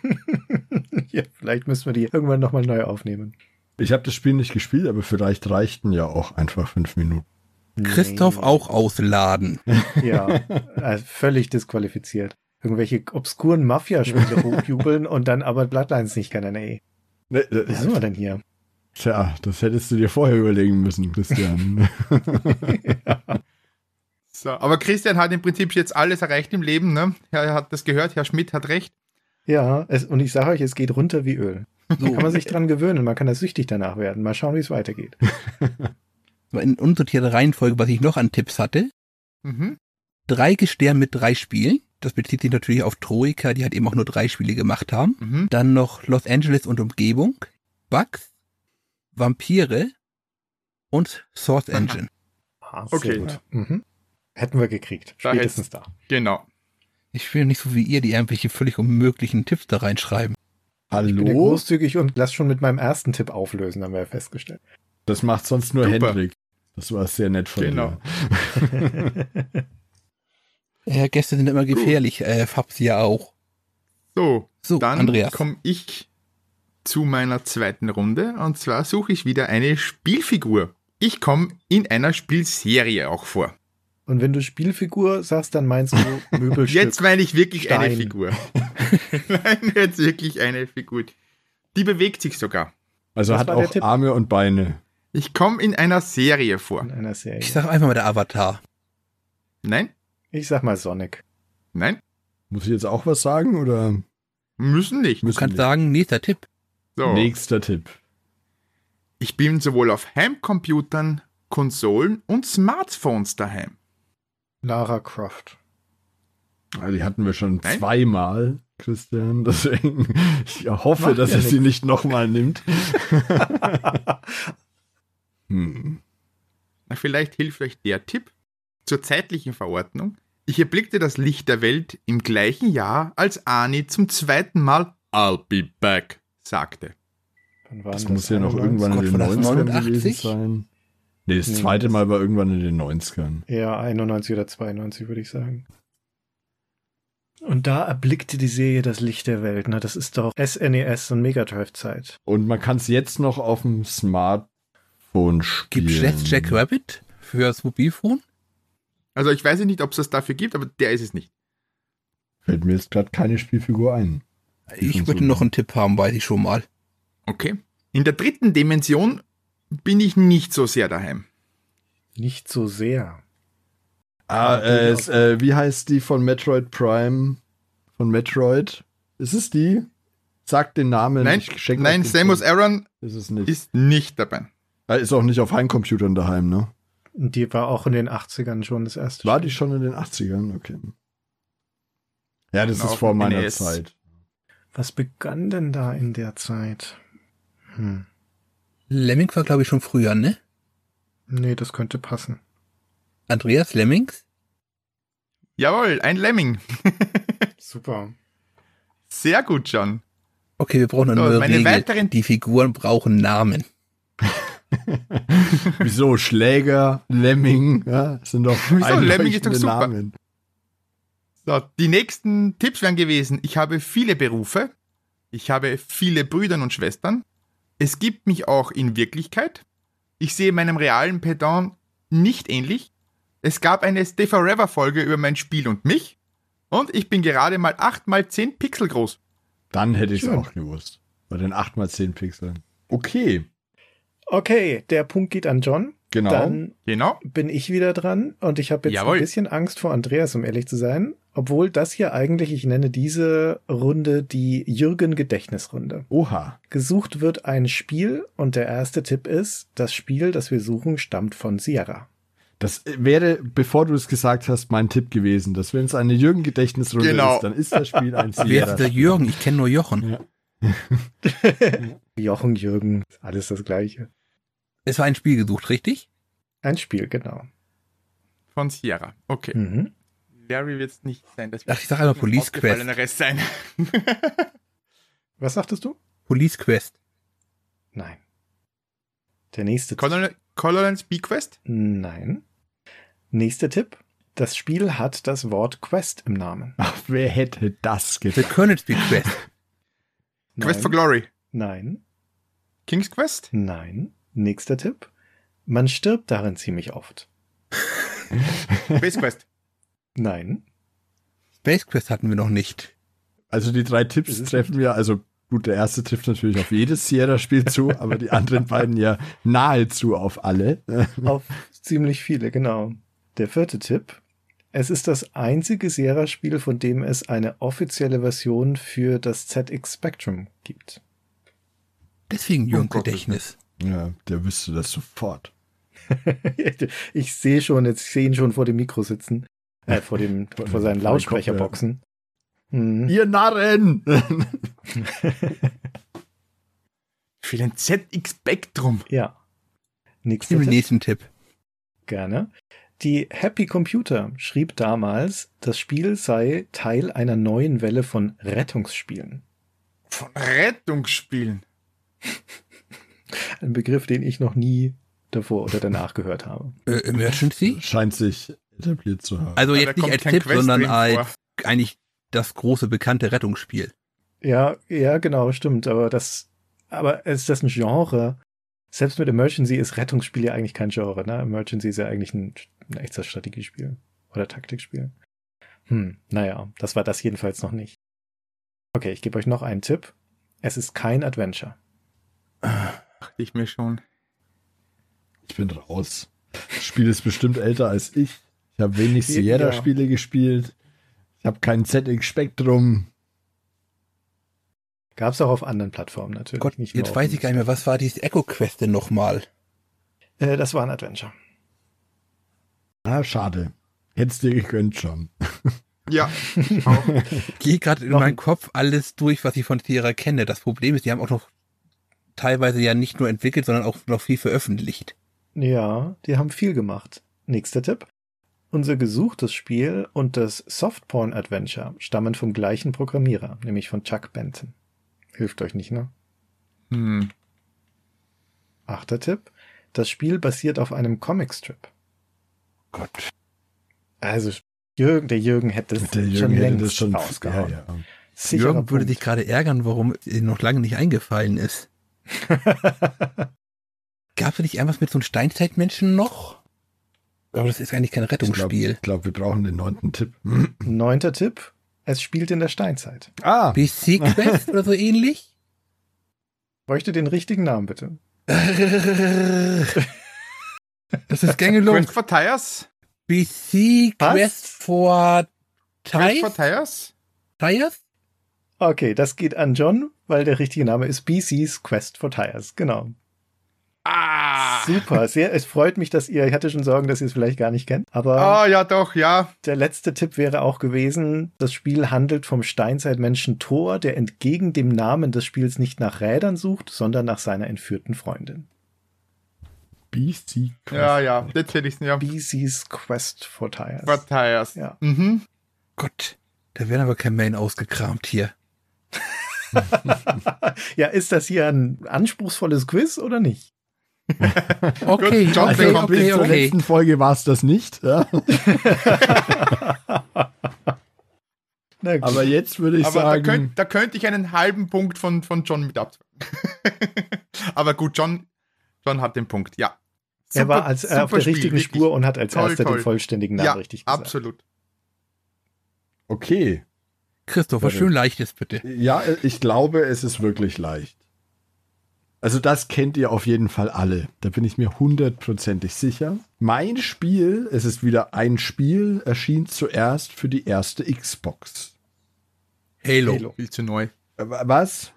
Speaker 3: ja, vielleicht müssen wir die irgendwann nochmal neu aufnehmen.
Speaker 4: Ich habe das Spiel nicht gespielt, aber vielleicht reichten ja auch einfach fünf Minuten.
Speaker 1: Christoph auch ausladen.
Speaker 3: Ja, äh, völlig disqualifiziert. Irgendwelche obskuren Mafia-Spiele hochjubeln und dann aber Bloodlines nicht kennen, ey.
Speaker 4: Ne,
Speaker 3: Was
Speaker 4: äh,
Speaker 3: sind wir denn hier?
Speaker 4: Tja, das hättest du dir vorher überlegen müssen, Christian.
Speaker 2: So, aber Christian hat im Prinzip jetzt alles erreicht im Leben. Ne? Er hat das gehört, Herr Schmidt hat recht.
Speaker 3: Ja, es, und ich sage euch, es geht runter wie Öl.
Speaker 1: So,
Speaker 3: Kann man sich dran gewöhnen, man kann da süchtig danach werden. Mal schauen, wie es weitergeht.
Speaker 1: in unsortierter Reihenfolge, was ich noch an Tipps hatte.
Speaker 2: Mhm.
Speaker 1: Drei Gestern mit drei Spielen. Das bezieht sich natürlich auf Troika, die halt eben auch nur drei Spiele gemacht haben.
Speaker 2: Mhm.
Speaker 1: Dann noch Los Angeles und Umgebung, Bugs, Vampire und Source Engine.
Speaker 3: Ah,
Speaker 2: Okay.
Speaker 3: Mhm. Hätten wir gekriegt.
Speaker 2: Da
Speaker 3: Spätestens da.
Speaker 2: Genau.
Speaker 1: Ich will nicht so wie ihr, die irgendwelche völlig unmöglichen Tipps da reinschreiben.
Speaker 3: Ich bin ja
Speaker 4: Hallo?
Speaker 3: großzügig und lass schon mit meinem ersten Tipp auflösen, haben wir ja festgestellt.
Speaker 4: Das macht sonst nur
Speaker 2: Super.
Speaker 4: Hendrik. Das war sehr nett von
Speaker 2: Genau.
Speaker 4: dir.
Speaker 1: Ja, Gäste sind immer gefährlich, äh, Fabs ja auch.
Speaker 2: So,
Speaker 1: So,
Speaker 2: dann
Speaker 1: Andreas.
Speaker 2: komme ich zu meiner zweiten Runde und zwar suche ich wieder eine Spielfigur. Ich komme in einer Spielserie auch vor.
Speaker 3: Und wenn du Spielfigur sagst, dann meinst du Möbelstück.
Speaker 2: Jetzt meine ich wirklich eine
Speaker 3: Stein.
Speaker 2: Figur. Nein, jetzt wirklich eine Figur. Die bewegt sich sogar.
Speaker 4: Also
Speaker 3: Das
Speaker 4: hat
Speaker 3: war der
Speaker 4: auch
Speaker 3: Tipp.
Speaker 4: Arme und Beine.
Speaker 2: Ich komme in einer Serie vor.
Speaker 3: in einer Serie.
Speaker 1: Ich sag einfach mal der Avatar.
Speaker 2: Nein,
Speaker 3: ich sag mal Sonic.
Speaker 2: nein,
Speaker 4: Muss ich jetzt auch was sagen oder
Speaker 2: müssen nicht.
Speaker 1: Du
Speaker 4: müssen
Speaker 1: kannst
Speaker 4: wir?
Speaker 1: sagen, nächster Tipp.
Speaker 2: So.
Speaker 4: Nächster Tipp.
Speaker 2: Ich bin sowohl auf Heimcomputern, Konsolen und Smartphones daheim.
Speaker 3: Lara Croft.
Speaker 4: Ah, Die hatten wir schon
Speaker 2: Nein?
Speaker 4: zweimal, Christian. Deswegen, ich hoffe,
Speaker 3: Macht
Speaker 4: dass
Speaker 3: ja
Speaker 4: er sie nicht nochmal nimmt. hm.
Speaker 2: Na, vielleicht hilft euch der Tipp zur zeitlichen Verordnung. Ich erblickte das Licht der Welt im gleichen Jahr, als Ani zum zweiten Mal I'll be back sagte.
Speaker 3: Wann war
Speaker 4: Das
Speaker 3: denn
Speaker 4: muss ja noch
Speaker 3: 91?
Speaker 4: irgendwann in
Speaker 1: Gott,
Speaker 4: den
Speaker 1: war das
Speaker 4: 90ern
Speaker 1: 89?
Speaker 4: gewesen sein. Nee, das
Speaker 3: Nee,
Speaker 4: zweite
Speaker 3: das-
Speaker 4: Mal war irgendwann in den 90ern.
Speaker 3: Ja, 91 oder 92, würde ich sagen. Und da erblickte die Serie das Licht der Welt. Na, das ist doch SNES und Megadrive-Zeit.
Speaker 4: Und man kann es jetzt noch auf dem Smartphone spielen.
Speaker 1: Gibt jetzt Jack Rabbit fürs Mobilfon?
Speaker 2: Also ich weiß ja nicht, ob es das dafür gibt, aber der ist es nicht.
Speaker 4: Fällt mir jetzt gerade keine Spielfigur ein.
Speaker 1: Ich würde noch einen Tipp haben, weiß ich schon mal.
Speaker 2: Okay. In der dritten Dimension bin ich nicht so sehr daheim.
Speaker 3: Nicht so sehr.
Speaker 4: Ah, äh,
Speaker 3: Durchaus.
Speaker 4: es, äh, wie heißt die von Metroid Prime? Von Metroid? Ist es die? Sag den Namen.
Speaker 2: Nein,
Speaker 4: ich schenk
Speaker 2: Nein,
Speaker 4: euch den
Speaker 2: Samus
Speaker 4: Punkt.
Speaker 2: Aran
Speaker 4: Ist es nicht. Ist, Ah,
Speaker 2: ist nicht dabei.
Speaker 4: ist auch nicht auf Heimcomputern daheim, ne?
Speaker 3: Und die war auch in den 80ern schon das erste.
Speaker 4: War
Speaker 3: Spiel.
Speaker 4: die schon in den 80ern? Okay. Ja, das
Speaker 2: Genau, Auf E
Speaker 4: ist vor
Speaker 2: dem
Speaker 4: meiner
Speaker 2: NES.
Speaker 4: Zeit.
Speaker 3: Was begann denn da in der Zeit? Hm.
Speaker 1: Lemming war, glaube ich, schon früher, ne?
Speaker 3: Nee, das könnte passen.
Speaker 1: Andreas Lemmings?
Speaker 2: Jawohl, ein Lemming.
Speaker 3: Super.
Speaker 2: Sehr gut, John.
Speaker 1: Okay, wir brauchen eine
Speaker 2: So,
Speaker 1: neue
Speaker 2: meine
Speaker 1: Regel.
Speaker 2: weiteren-
Speaker 1: Die Figuren brauchen Namen.
Speaker 4: Wieso? Schläger, Lemming, ja, das sind doch
Speaker 2: Wieso? Lemming ist doch
Speaker 4: einleuchtende
Speaker 2: super.
Speaker 4: Namen.
Speaker 2: So, die nächsten Tipps wären gewesen, ich habe viele Berufe, ich habe viele Brüder und Schwestern, es gibt mich auch in Wirklichkeit, ich sehe meinem realen Pedant nicht ähnlich, es gab eine Stay Forever Folge über mein Spiel und mich und ich bin gerade mal 8 mal 10 Pixel groß.
Speaker 4: Dann hätte ich es
Speaker 3: Schön.
Speaker 4: auch gewusst. Bei den 8x10 Pixeln. Okay,
Speaker 3: Okay, der Punkt geht an John.
Speaker 4: genau.
Speaker 3: Dann
Speaker 2: Genau.
Speaker 3: bin ich wieder dran und ich habe jetzt
Speaker 2: Jawohl.
Speaker 3: ein bisschen Angst vor Andreas, um ehrlich zu sein. Obwohl das hier eigentlich, ich nenne diese Runde die Jürgen-Gedächtnisrunde.
Speaker 4: Oha.
Speaker 3: Gesucht wird ein Spiel und der erste Tipp ist, das Spiel, das wir suchen, stammt von Sierra.
Speaker 4: Das wäre, bevor du es gesagt hast, mein Tipp gewesen, dass wenn es eine Jürgen-Gedächtnisrunde
Speaker 2: Genau.
Speaker 4: ist, dann ist das Spiel ein Sieger.
Speaker 1: Wer ist der Jürgen? Ich kenne nur Jochen.
Speaker 3: Jochen, Jürgen, alles das gleiche.
Speaker 1: Es war ein Spiel gesucht, richtig?
Speaker 3: Ein Spiel, genau.
Speaker 2: Von Sierra. Okay.
Speaker 3: Mhm.
Speaker 2: Larry wird es nicht sein. Das
Speaker 1: Hm. Ach, ich sag einmal Police Quest.
Speaker 2: Der Rest sein.
Speaker 3: Was sagtest du?
Speaker 1: Police Quest.
Speaker 3: Nein. Der nächste Tipp.
Speaker 2: Colonel, Colonel Speak Quest?
Speaker 3: Nein. Nächster Tipp. Das Spiel hat das Wort Quest im Namen.
Speaker 4: Ach, wer hätte das
Speaker 1: The
Speaker 4: gedacht?
Speaker 1: Colonel Speak Quest.
Speaker 2: Quest for
Speaker 3: Nein.
Speaker 2: Glory.
Speaker 3: Nein.
Speaker 2: King's Quest?
Speaker 3: Nein. Nächster Tipp. Man stirbt darin ziemlich oft.
Speaker 2: Space Quest.
Speaker 3: Nein.
Speaker 1: Space Quest hatten wir noch nicht.
Speaker 4: Also die drei Tipps
Speaker 3: Es ist-
Speaker 4: treffen wir, also Gut, der erste trifft natürlich auf jedes Sierra-Spiel zu, aber die anderen beiden ja nahezu auf alle.
Speaker 3: Auf ziemlich viele, genau. Der vierte Tipp. Es ist das einzige Sierra-Spiel, von dem es eine offizielle Version für das ZX Spectrum gibt.
Speaker 1: Deswegen
Speaker 2: Um
Speaker 1: Jürgen
Speaker 2: Gottes
Speaker 1: Gedächtnis.
Speaker 4: Ja, der wüsste das sofort.
Speaker 3: ich sehe schon, jetzt ich sehe ihn schon vor dem Mikro sitzen. Äh, vor dem,
Speaker 4: Vor-
Speaker 3: vor seinen
Speaker 4: vor dem
Speaker 3: Lautsprecherboxen. Mhm.
Speaker 4: Ihr Narren!
Speaker 2: Für den ZX Spectrum.
Speaker 3: Ja.
Speaker 1: Ich
Speaker 3: Nächster
Speaker 1: nehme den
Speaker 3: Tipp.
Speaker 1: nächsten Tipp.
Speaker 3: Gerne. Die Happy Computer schrieb damals, das Spiel sei Teil einer neuen Welle von Rettungsspielen.
Speaker 2: Von Rettungsspielen.
Speaker 3: Ein Begriff, den ich noch nie davor oder danach gehört habe.
Speaker 1: Äh, Emergency?
Speaker 4: Scheint sich etabliert zu haben.
Speaker 1: Also
Speaker 2: Aber da
Speaker 1: jetzt nicht
Speaker 2: kommt
Speaker 1: als
Speaker 2: kein
Speaker 1: Tipp,
Speaker 2: Quest
Speaker 1: sondern
Speaker 2: drin
Speaker 1: als
Speaker 2: vor.
Speaker 1: eigentlich das große bekannte Rettungsspiel.
Speaker 3: Ja, ja, genau, stimmt. Aber das, aber ist das ein Genre? Selbst mit Emergency ist Rettungsspiel ja eigentlich kein Genre, ne? Emergency ist ja eigentlich ein, ein echtes Strategiespiel oder Taktikspiel. Hm, naja, das war das jedenfalls noch nicht. Okay, ich gebe euch noch einen Tipp. Es ist kein Adventure.
Speaker 2: Dachte ich mir schon.
Speaker 4: Ich bin raus. Das Spiel ist bestimmt älter als ich. Ich habe wenig
Speaker 3: Ja.
Speaker 4: Sierra-Spiele gespielt. Ich habe kein ZX Spektrum.
Speaker 3: Gab's auch auf anderen Plattformen natürlich.
Speaker 1: Gott,
Speaker 3: nicht
Speaker 1: jetzt weiß ich gar nicht mehr, was war diese Echo-Quest denn nochmal?
Speaker 3: nicht. Äh, das war ein Adventure.
Speaker 4: Ah, schade. Hättest dir gegönnt schon.
Speaker 2: Ja, ich auch.
Speaker 1: Gehe gerade in
Speaker 3: Noch-
Speaker 1: meinem Kopf alles durch, was ich von Sierra kenne. Das Problem ist, die haben auch noch teilweise ja nicht nur entwickelt, sondern auch noch viel veröffentlicht.
Speaker 3: Ja, die haben viel gemacht. Nächster Tipp. Unser gesuchtes Spiel und das Softporn Adventure stammen vom gleichen Programmierer, nämlich von Chuck Benton. Hilft euch nicht, ne?
Speaker 2: Hm.
Speaker 3: Achter Tipp. Das Spiel basiert auf einem Comicstrip.
Speaker 1: Gott.
Speaker 3: Also, Jürgen, der Jürgen hätte es
Speaker 4: Der
Speaker 3: schon
Speaker 4: Jürgen hätte
Speaker 3: längst
Speaker 4: das schon
Speaker 3: rausgehauen.
Speaker 4: Ja, ja.
Speaker 3: Sicherer
Speaker 1: Jürgen würde
Speaker 3: Punkt.
Speaker 1: sich gerade ärgern, warum ihr noch lange nicht eingefallen ist. Gab es nicht irgendwas mit so einem Steinzeitmenschen noch? Aber das ist eigentlich kein
Speaker 4: Ich glaube,
Speaker 1: Rettungsspiel.
Speaker 4: glaub, wir brauchen den neunten Tipp.
Speaker 3: Neunter Tipp. Es spielt in der Steinzeit.
Speaker 4: Ah,
Speaker 1: BC-Quest oder so ähnlich?
Speaker 3: Bräuchte den richtigen Namen bitte.
Speaker 1: Das ist Gängelung.
Speaker 2: Quest for Tires?
Speaker 1: BC
Speaker 3: Was?
Speaker 1: Quest for
Speaker 2: Quest for
Speaker 1: Tires?
Speaker 2: Tires?
Speaker 1: Tires?
Speaker 3: Okay, das geht an John, weil der richtige Name ist BC's Quest for Tires. Genau.
Speaker 2: Ah!
Speaker 3: Super, sehr. Es freut mich, dass ihr, ich hatte schon Sorgen, dass ihr es vielleicht gar nicht kennt. Aber
Speaker 2: Ah, ja, doch, ja.
Speaker 3: der letzte Tipp wäre auch gewesen, das Spiel handelt vom Steinzeitmenschen Thor, der entgegen dem Namen des Spiels nicht nach Rädern sucht, sondern nach seiner entführten Freundin.
Speaker 4: BC Quest.
Speaker 2: Ja, ja. Jetzt hätte ich es ja.
Speaker 3: BC's Quest for Tires.
Speaker 2: For Tires.
Speaker 3: Ja.
Speaker 2: Mhm.
Speaker 1: Gott, da werden aber kein Main ausgekramt hier.
Speaker 3: ja, ist das hier ein anspruchsvolles Quiz oder nicht?
Speaker 1: Okay,
Speaker 2: Gut, John,
Speaker 1: Ah, okay,
Speaker 2: wer
Speaker 1: okay,
Speaker 2: kommt
Speaker 1: okay.
Speaker 4: Zur letzten Folge war es das nicht. Ja?
Speaker 3: Na gut.
Speaker 4: Aber jetzt würde ich
Speaker 2: Aber da
Speaker 4: sagen,
Speaker 2: könnte da könnt ich einen halben Punkt von, von John mit abzwacken. Aber gut, John, John hat den Punkt, ja.
Speaker 3: er war
Speaker 2: Super-
Speaker 3: als, äh, auf
Speaker 2: super
Speaker 3: der
Speaker 2: Spiel,
Speaker 3: richtigen
Speaker 2: wirklich.
Speaker 3: Spur und hat als
Speaker 2: Toll,
Speaker 3: erster
Speaker 2: toll.
Speaker 3: den vollständigen Namen
Speaker 2: ja,
Speaker 3: richtig gesagt.
Speaker 2: absolut.
Speaker 4: okay.
Speaker 1: Christopher,
Speaker 4: Warte.
Speaker 1: schön leichtes bitte.
Speaker 4: Ja, ich glaube, es ist wirklich leicht. Also das kennt ihr auf jeden Fall alle. Da bin ich mir hundertprozentig sicher. Mein Spiel, es ist wieder ein Spiel, erschien zuerst für die erste Xbox.
Speaker 1: Halo.
Speaker 2: Halo. Oh, Viel zu neu.
Speaker 4: Äh, Was?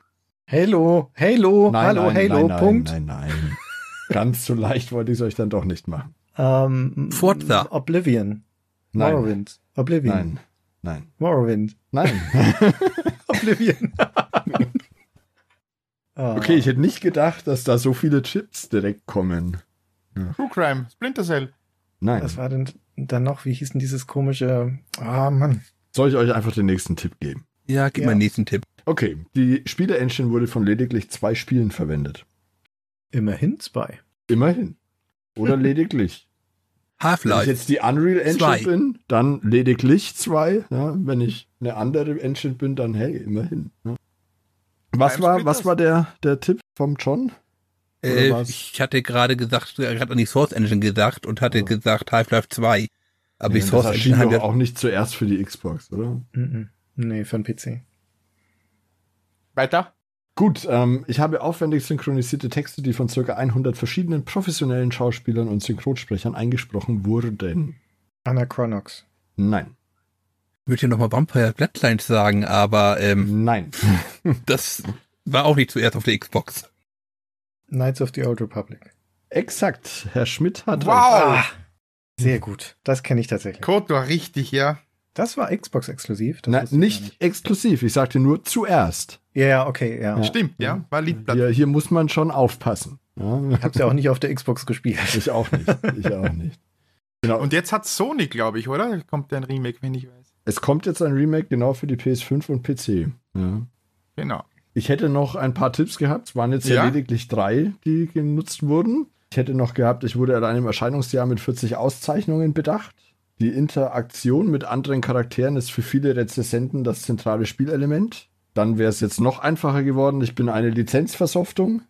Speaker 3: Halo, Halo, Oh, hallo, Halo,
Speaker 4: nein,
Speaker 3: Punkt.
Speaker 4: Nein, nein, nein. Ganz so leicht wollte ich es euch dann doch nicht machen.
Speaker 3: Ähm,
Speaker 1: Forza.
Speaker 3: Oblivion.
Speaker 4: Nein.
Speaker 3: Morrowind. Oblivion.
Speaker 4: Nein, nein,
Speaker 3: Morrowind.
Speaker 4: nein.
Speaker 3: Oblivion. Ah.
Speaker 4: Okay, ich hätte nicht gedacht, dass da so viele Chips direkt kommen.
Speaker 2: True Crime, Splinter Cell.
Speaker 4: Nein.
Speaker 3: Was war denn dann noch? Wie hieß denn dieses komische. Ah, Mann.
Speaker 4: Soll ich euch einfach den nächsten Tipp geben?
Speaker 1: Ja, gib
Speaker 3: Ja.
Speaker 1: mal den nächsten Tipp.
Speaker 4: Okay, die Spiele-Engine wurde von lediglich zwei Spielen verwendet.
Speaker 3: Immerhin zwei.
Speaker 4: Immerhin. Oder lediglich. Wenn ich
Speaker 1: Half-Life.
Speaker 4: jetzt die Unreal Engine
Speaker 1: Zwei.
Speaker 4: bin, dann lediglich zwei. Ja, wenn ich eine andere Engine bin, dann hey, immerhin. Ja. Was
Speaker 2: Beim
Speaker 4: war,
Speaker 2: Split
Speaker 4: was
Speaker 2: das.
Speaker 4: war der, der Tipp vom John? Oder
Speaker 1: Äh,
Speaker 4: war's-
Speaker 1: ich hatte gerade gesagt, äh, gerade an die Source Engine gedacht und hatte
Speaker 4: Ja.
Speaker 1: gesagt Half-Life 2. Aber die
Speaker 4: Ja,
Speaker 1: Source
Speaker 4: das erschien
Speaker 1: Engine hat
Speaker 4: doch
Speaker 1: ja
Speaker 4: auch nicht zuerst für die Xbox, oder?
Speaker 3: Mhm. Nee, für den PC.
Speaker 2: Weiter?
Speaker 4: Gut, ähm, ich habe aufwendig synchronisierte Texte, die von ca. 100 verschiedenen professionellen Schauspielern und Synchronsprechern eingesprochen wurden.
Speaker 3: Anachronox.
Speaker 4: Nein,
Speaker 1: Ich würde ja nochmal Vampire Bloodlines sagen, aber ähm,
Speaker 4: nein.
Speaker 1: das war auch nicht zuerst auf der Xbox.
Speaker 3: Knights of the Old Republic.
Speaker 4: Exakt, Herr Schmidt hat recht.
Speaker 2: Wow!
Speaker 4: Hm.
Speaker 3: Sehr gut. Das kenne ich tatsächlich.
Speaker 2: Code war richtig, ja.
Speaker 3: Das war Xbox exklusiv. Das
Speaker 4: Na,
Speaker 3: wusste ich
Speaker 4: nicht,
Speaker 3: gar
Speaker 4: exklusiv, ich sagte nur zuerst.
Speaker 3: Ja, ja, okay, ja.
Speaker 4: Ja.
Speaker 2: Stimmt, ja. War Liedblatt.
Speaker 4: Hier, hier muss man schon aufpassen. Ja.
Speaker 3: Ich hab's ja auch nicht auf der Xbox gespielt.
Speaker 4: Ich auch nicht. Ich auch nicht. Genau.
Speaker 2: Und jetzt hat Sony, glaube ich, oder? Kommt ein Remake, wenn ich weiß.
Speaker 4: Es kommt jetzt ein Remake genau für die PS5 und PC. Ja.
Speaker 2: Genau.
Speaker 4: Ich hätte noch ein paar Tipps gehabt. Es waren jetzt ja.
Speaker 2: Ja.
Speaker 4: lediglich drei, die genutzt wurden. Ich hätte noch gehabt, ich wurde allein im Erscheinungsjahr mit 40 Auszeichnungen bedacht. Die Interaktion mit anderen Charakteren ist für viele Rezessenten das zentrale Spielelement. Dann wäre es jetzt noch einfacher geworden. Ich bin eine Lizenzversoftung.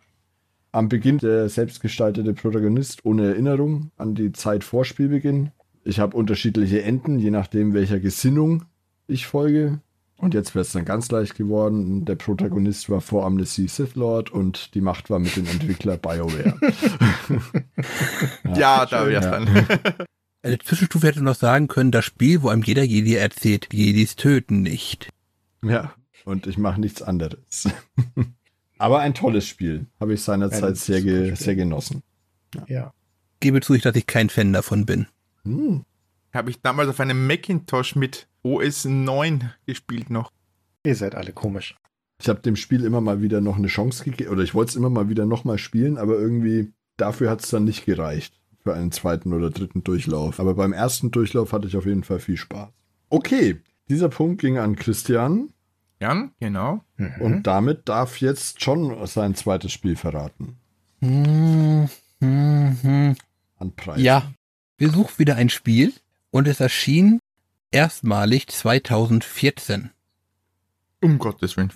Speaker 4: Am Beginn der selbstgestaltete Protagonist ohne Erinnerung an die Zeit vor Spielbeginn. Ich habe unterschiedliche Enden, je nachdem welcher Gesinnung ich folge. Und jetzt wäre es dann ganz leicht geworden. Der Protagonist war vor Amnesty Sith Lord und die Macht war mit dem Entwickler BioWare.
Speaker 2: Ja, da wär's
Speaker 4: Ja.
Speaker 2: dann.
Speaker 1: Als Äh, Zwischenstufe hätte man noch sagen können, das Spiel, wo einem jeder Jedi erzählt, die Jedis töten nicht.
Speaker 4: ja. Und ich mache nichts anderes. Aber ein tolles Spiel. Habe ich
Speaker 3: Ein
Speaker 4: seinerzeit sehr,
Speaker 3: super
Speaker 4: ge
Speaker 3: Spiel.
Speaker 4: sehr genossen.
Speaker 3: Ja.
Speaker 1: Gebe zu, ich, dass ich kein Fan davon bin.
Speaker 4: Hm.
Speaker 2: Habe ich damals auf einem Macintosh mit OS 9 gespielt noch.
Speaker 3: Ihr seid alle komisch.
Speaker 4: Ich habe dem Spiel immer mal wieder noch eine Chance gegeben. Oder ich wollte es immer mal wieder nochmal spielen, aber irgendwie dafür hat es dann nicht gereicht. Für einen zweiten oder dritten Durchlauf. Aber beim ersten Durchlauf hatte ich auf jeden Fall viel Spaß. Okay, dieser Punkt ging an Christian.
Speaker 2: Jan? Genau.
Speaker 3: Mhm.
Speaker 4: Und damit darf jetzt John sein zweites Spiel verraten. Mhm,
Speaker 1: Hm, hm, hm.
Speaker 4: An Preis.
Speaker 1: Ja, wir suchen wieder ein Spiel und es erschien erstmalig 2014.
Speaker 2: Um Gottes Willen.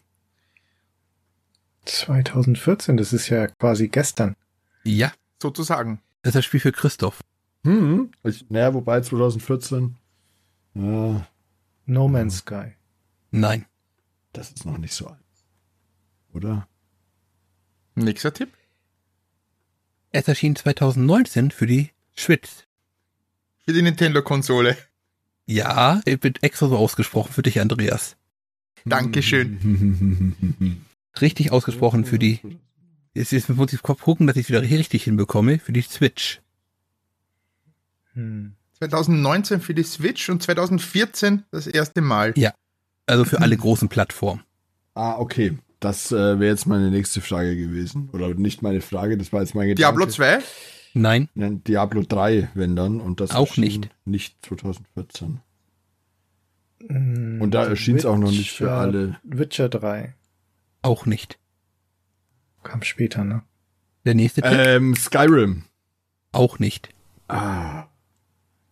Speaker 3: 2014, das ist ja quasi gestern.
Speaker 1: Ja,
Speaker 2: Sozusagen.
Speaker 1: das ist das Spiel für Christoph.
Speaker 4: Hm, ich, naja, wobei 2014. Ja,
Speaker 3: No Man's Sky.
Speaker 1: Nein,
Speaker 4: das ist noch nicht so alt. Oder?
Speaker 2: Nächster Tipp.
Speaker 1: es erschien 2019 für die Switch.
Speaker 2: Für die Nintendo-Konsole.
Speaker 1: Ja, ich wird extra so ausgesprochen für dich, Andreas.
Speaker 2: Dankeschön.
Speaker 1: Richtig ausgesprochen für die. Jetzt, jetzt muss ich gucken, dass ich es wieder hier richtig hinbekomme, für die Switch.
Speaker 3: Hm.
Speaker 2: 2019 für die Switch und 2014 das erste Mal.
Speaker 1: Also für alle großen Plattformen.
Speaker 4: Ah, okay. Das äh, wäre jetzt meine nächste Frage gewesen. Oder nicht meine Frage, das war jetzt mein Gedanke.
Speaker 2: Diablo 2?
Speaker 1: Nein,
Speaker 4: Nein, Diablo 3, wenn dann. Und das
Speaker 1: Auch
Speaker 4: erschien
Speaker 1: nicht.
Speaker 4: Nicht 2014.
Speaker 3: Hm.
Speaker 4: Und da erschien es auch noch nicht für
Speaker 3: Witcher-
Speaker 4: alle.
Speaker 3: Witcher 3
Speaker 1: auch nicht.
Speaker 3: kam später, ne?
Speaker 1: Der nächste Tipp,
Speaker 4: Ähm, Skyrim.
Speaker 1: auch nicht.
Speaker 4: Ah.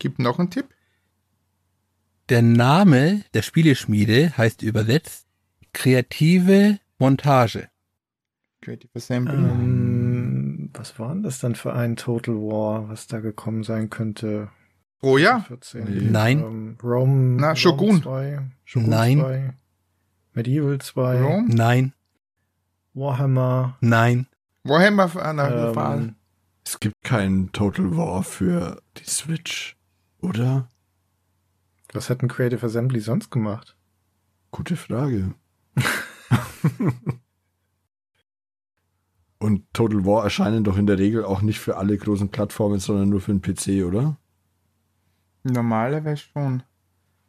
Speaker 2: Gibt noch einen Tipp?
Speaker 1: Der Name der Spieleschmiede heißt übersetzt kreative Montage.
Speaker 2: Creative
Speaker 4: Ah.
Speaker 2: Assembly.
Speaker 3: Ähm, was war denn das dann für ein Total War, was da gekommen sein könnte?
Speaker 2: Oh ja,
Speaker 3: 14.
Speaker 1: Nein.
Speaker 3: Ähm, Rome.
Speaker 2: Na,
Speaker 3: Rome
Speaker 2: Shogun.
Speaker 3: 2, Shogun
Speaker 1: Nein.
Speaker 3: 2, Medieval 2.
Speaker 2: Rome?
Speaker 1: Nein,
Speaker 3: Warhammer.
Speaker 1: nein,
Speaker 2: Warhammer ah, na, war-
Speaker 3: Ähm,
Speaker 4: Es gibt keinen Total War für die Switch, oder?
Speaker 3: was hat ein Creative Assembly sonst gemacht?
Speaker 4: Gute Frage. Und Total War erscheinen doch in der Regel auch nicht für alle großen Plattformen, sondern nur für den PC, oder?
Speaker 2: Normalerweise schon.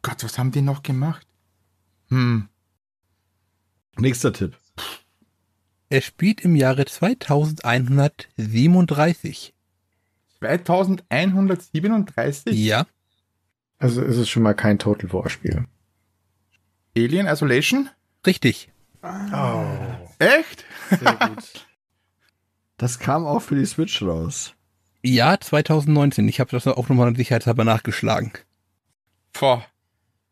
Speaker 2: Gott, was haben die noch gemacht? Hm.
Speaker 4: Nächster Tipp.
Speaker 1: Es spielt im Jahre 2137.
Speaker 2: 2137?
Speaker 1: Ja,
Speaker 3: Also ist es schon mal kein Total War Spiel.
Speaker 2: Alien Isolation?
Speaker 1: richtig.
Speaker 2: Ah.
Speaker 3: Oh,
Speaker 2: Echt?
Speaker 3: sehr gut.
Speaker 4: Das kam auch für die Switch raus.
Speaker 1: Ja, 2019. Ich habe das auch nochmal sicherheitshalber nachgeschlagen.
Speaker 2: Boah.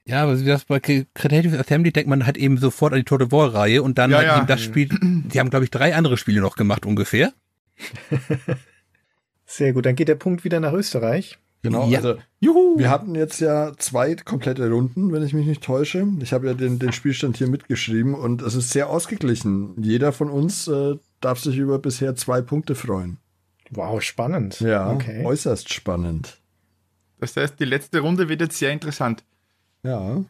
Speaker 1: Ja, aber wie das bei Creative Assembly denkt man halt eben sofort an die Total War Reihe und dann
Speaker 2: Ja,
Speaker 1: halt
Speaker 2: ja.
Speaker 1: eben das Spiel. Die haben glaube ich drei andere Spiele noch gemacht ungefähr.
Speaker 3: Sehr gut. Dann geht der Punkt wieder nach Österreich.
Speaker 4: Genau,
Speaker 1: Ja.
Speaker 4: also
Speaker 2: Juhu!
Speaker 4: wir hatten jetzt ja zwei komplette Runden, wenn ich mich nicht täusche. Ich habe ja den, den Spielstand hier mitgeschrieben und es ist sehr ausgeglichen. Jeder von uns äh, darf sich über bisher zwei Punkte freuen.
Speaker 3: Wow, spannend.
Speaker 4: Ja,
Speaker 3: Okay.
Speaker 4: äußerst spannend.
Speaker 2: Das heißt, die letzte Runde wird jetzt sehr interessant.
Speaker 4: Ja.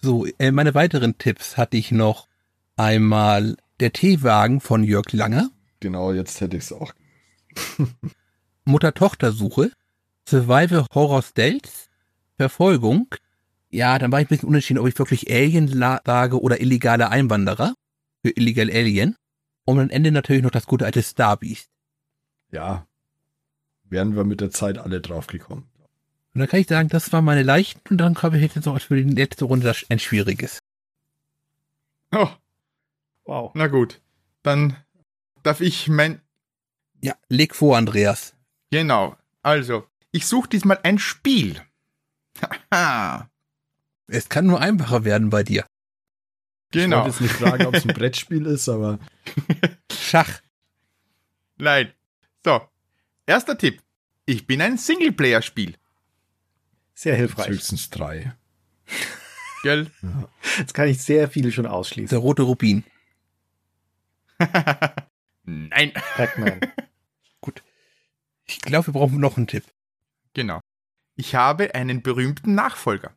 Speaker 1: So, äh, meine weiteren Tipps hatte ich noch einmal der Teewagen von Jörg Langer,
Speaker 4: Genau, jetzt hätte ich es auch.
Speaker 1: Mutter-Tochter-Suche, Survival Horror Stealth, Verfolgung. Ja, dann war ich ein bisschen unentschieden, ob ich wirklich Alien la- sage oder illegale Einwanderer für Illegal Alien. Und am Ende natürlich noch das gute alte Star Beast.
Speaker 4: Ja. Wären wir mit der Zeit alle draufgekommen.
Speaker 1: Und dann kann ich sagen, das war meine leichten und dann habe ich jetzt noch für die letzte Runde das, ein schwieriges.
Speaker 2: Oh,
Speaker 3: Wow.
Speaker 2: na gut. Dann darf ich mein.
Speaker 1: Ja, leg vor, Andreas.
Speaker 2: Genau. Also, ich suche diesmal ein Spiel. Haha.
Speaker 1: Es kann nur einfacher werden bei dir.
Speaker 4: Ich
Speaker 2: Genau.
Speaker 4: wollte jetzt nicht fragen, ob es ein Brettspiel ist, aber
Speaker 1: Schach.
Speaker 2: Nein. So. Erster Tipp. Ich bin ein Singleplayer-Spiel.
Speaker 3: Sehr
Speaker 4: es
Speaker 3: hilfreich.
Speaker 4: höchstens drei.
Speaker 2: Gell?
Speaker 3: Jetzt kann ich sehr viele schon ausschließen.
Speaker 1: Der rote Rubin.
Speaker 2: Nein.
Speaker 3: Pac-Man.
Speaker 1: Ich glaube, wir brauchen noch einen Tipp.
Speaker 2: Genau. Ich habe einen berühmten Nachfolger.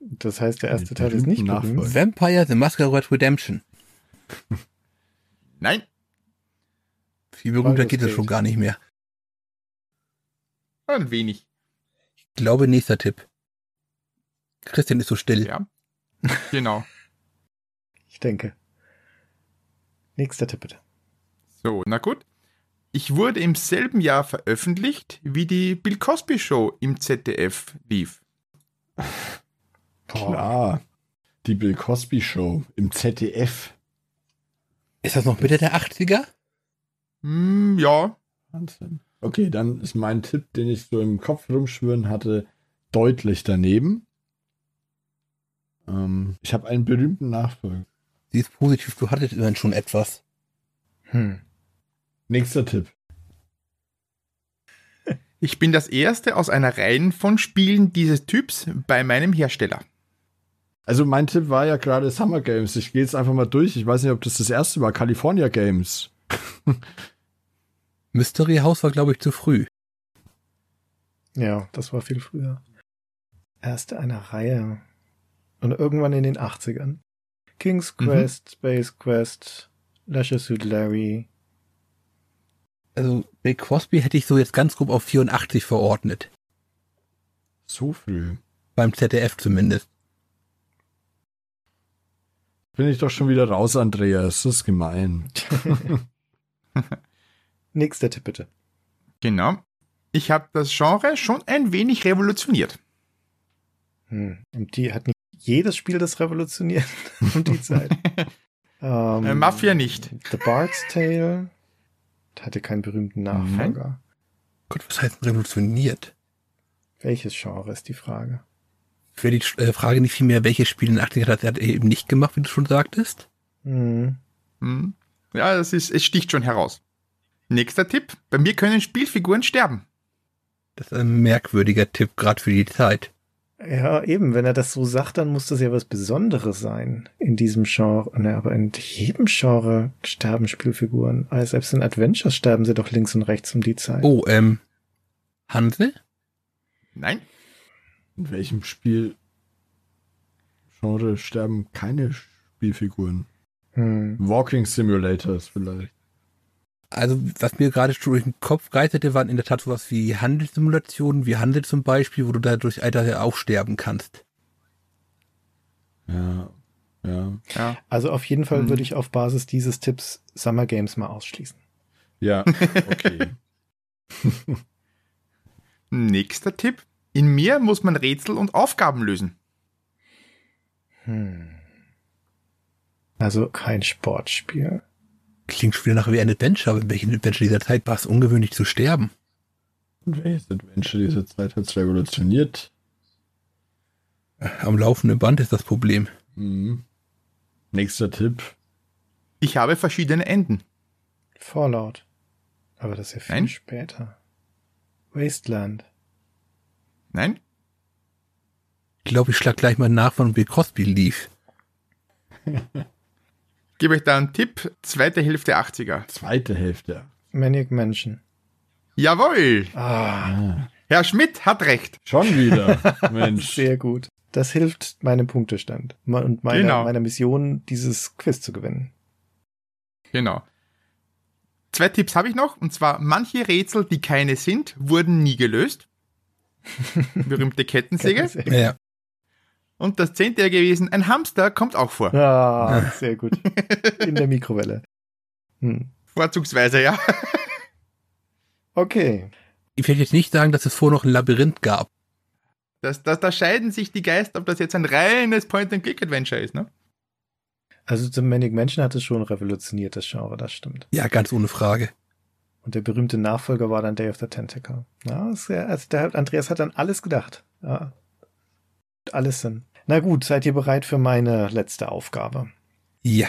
Speaker 3: Das heißt, der erste
Speaker 4: Mit
Speaker 3: Teil ist nicht
Speaker 4: berühmten
Speaker 3: berühmt.
Speaker 4: Nachfolger.
Speaker 1: Vampire The Masquerade Redemption.
Speaker 2: Nein.
Speaker 1: Viel berühmter
Speaker 3: Baldur's
Speaker 1: geht es
Speaker 3: Gate.
Speaker 1: schon gar nicht mehr.
Speaker 2: Ein wenig.
Speaker 1: Ich glaube, nächster Tipp. Christian ist so still.
Speaker 2: Ja. Genau.
Speaker 3: Ich denke. Nächster Tipp bitte.
Speaker 2: So, na gut. Ich wurde im selben Jahr veröffentlicht, wie die Bill Cosby Show im ZDF lief.
Speaker 4: Klar. Die Bill Cosby Show im ZDF.
Speaker 1: Ist das noch Mitte der 80er?
Speaker 2: Hm, ja,
Speaker 4: Wahnsinn. Okay, dann ist mein Tipp, den ich so im Kopf rumschwirren hatte, deutlich daneben. Ähm, ich habe einen berühmten Nachfolger.
Speaker 1: Sie ist positiv, du hattest immerhin schon etwas.
Speaker 3: Hm.
Speaker 4: Nächster Tipp.
Speaker 2: ich bin das erste aus einer Reihe von Spielen dieses Typs bei meinem Hersteller.
Speaker 4: Also mein Tipp war ja gerade Summer Games. Ich gehe jetzt einfach mal durch. Ich weiß nicht, ob das das erste war. California Games.
Speaker 1: Mystery House war, glaube ich, zu früh.
Speaker 3: Ja, das war viel früher. Erste einer Reihe. Und irgendwann in den 80ern. King's
Speaker 1: Mhm.
Speaker 3: Quest, Space Quest, Lasher Suit Larry.
Speaker 1: Also, Bill Crosby hätte ich so jetzt ganz grob auf 84 verordnet.
Speaker 4: So früh.
Speaker 1: Beim ZDF zumindest.
Speaker 4: Bin ich doch schon wieder raus, Andreas. Das ist gemein.
Speaker 3: Nächster Tipp bitte.
Speaker 2: Genau. Ich habe das Genre schon ein wenig revolutioniert.
Speaker 3: Hm. Und die hat nicht jedes Spiel das revolutioniert um die Zeit. Ähm,
Speaker 2: Äh, Mafia nicht.
Speaker 3: The Bard's Tale hatte keinen berühmten Nachfolger.
Speaker 1: Gott, was heißt denn revolutioniert?
Speaker 3: Welches Genre ist die Frage?
Speaker 1: Wäre die äh, Frage nicht vielmehr, welches Spiel in den 80ern hat er eben nicht gemacht, wie du schon sagtest?
Speaker 3: Hm.
Speaker 2: Hm. Ja, das ist, es sticht schon heraus. Nächster Tipp. Bei mir können Spielfiguren sterben.
Speaker 1: Das ist ein merkwürdiger Tipp, gerade für die Zeit.
Speaker 3: Ja, eben, wenn er das so sagt, dann muss das ja was Besonderes sein in diesem Genre. Na, aber in jedem Genre sterben Spielfiguren. Also selbst in Adventures sterben sie doch links und rechts um die Zeit.
Speaker 1: Oh, ähm, Hansel?
Speaker 2: Nein.
Speaker 4: In welchem Spiel Genre sterben keine Spielfiguren?
Speaker 3: Hm.
Speaker 4: Walking Simulators vielleicht.
Speaker 1: Also, was mir gerade schon durch den Kopf geisterte, waren in der Tat sowas wie Handelssimulationen, wie Handel zum Beispiel, wo du dadurch Alter auch sterben kannst.
Speaker 4: Ja. Ja.
Speaker 2: Ja.
Speaker 3: Also auf jeden Fall
Speaker 2: Hm.
Speaker 3: würde ich auf Basis dieses Tipps Summer Games mal ausschließen.
Speaker 4: Ja. Okay.
Speaker 2: Nächster Tipp. In mir muss man Rätsel und Aufgaben lösen.
Speaker 3: Hm. Also kein Sportspiel.
Speaker 1: Klingt schon wieder nach wie ein Adventure, aber in welchem Adventure dieser Zeit war es ungewöhnlich zu sterben.
Speaker 4: Und welches Adventure dieser Zeit hat es revolutioniert?
Speaker 1: Am laufenden Band ist das Problem.
Speaker 4: Mhm. Nächster Tipp.
Speaker 2: Ich habe verschiedene Enden.
Speaker 3: Fallout. Aber das ist ja viel
Speaker 2: Nein.
Speaker 3: später. Wasteland.
Speaker 2: Nein?
Speaker 1: Ich glaube, ich schlag gleich mal nach, wann Bill Crosby lief.
Speaker 2: Gebe ich da einen Tipp. Zweite Hälfte 80er.
Speaker 4: Zweite Hälfte.
Speaker 3: Maniac Mansion.
Speaker 2: Jawohl!
Speaker 3: Ah,
Speaker 2: Herr Schmidt hat recht.
Speaker 4: Schon wieder. Mensch.
Speaker 3: sehr gut. Das hilft meinem Punktestand me- und meiner,
Speaker 2: Genau.
Speaker 3: meiner Mission, dieses Quiz zu gewinnen.
Speaker 2: Genau. Zwei Tipps habe ich noch, und zwar manche Rätsel, die keine sind, wurden nie gelöst. Berühmte Kettensäge.
Speaker 3: Sehr gut.
Speaker 1: Ja,
Speaker 2: Und das zehnte wäre gewesen, ein Hamster kommt auch vor.
Speaker 3: Ah, sehr gut. In der Mikrowelle. Hm.
Speaker 2: Vorzugsweise, ja.
Speaker 3: Okay.
Speaker 1: ich werde jetzt nicht sagen, dass es vorher noch ein Labyrinth gab.
Speaker 2: Das, das, da scheiden sich die Geister, ob das jetzt ein reines Point-and-Click-Adventure ist, ne?
Speaker 3: Also zum Manic Mansion hat es schon revolutioniert, das Genre, das stimmt.
Speaker 1: Ja, ganz ohne Frage.
Speaker 3: Und der berühmte Nachfolger war dann Day of the Tentacle. Ja, ist ja- also der Andreas hat an alles gedacht. Ja. Alles Sinn. Na gut, seid ihr bereit für meine letzte Aufgabe?
Speaker 1: Ja.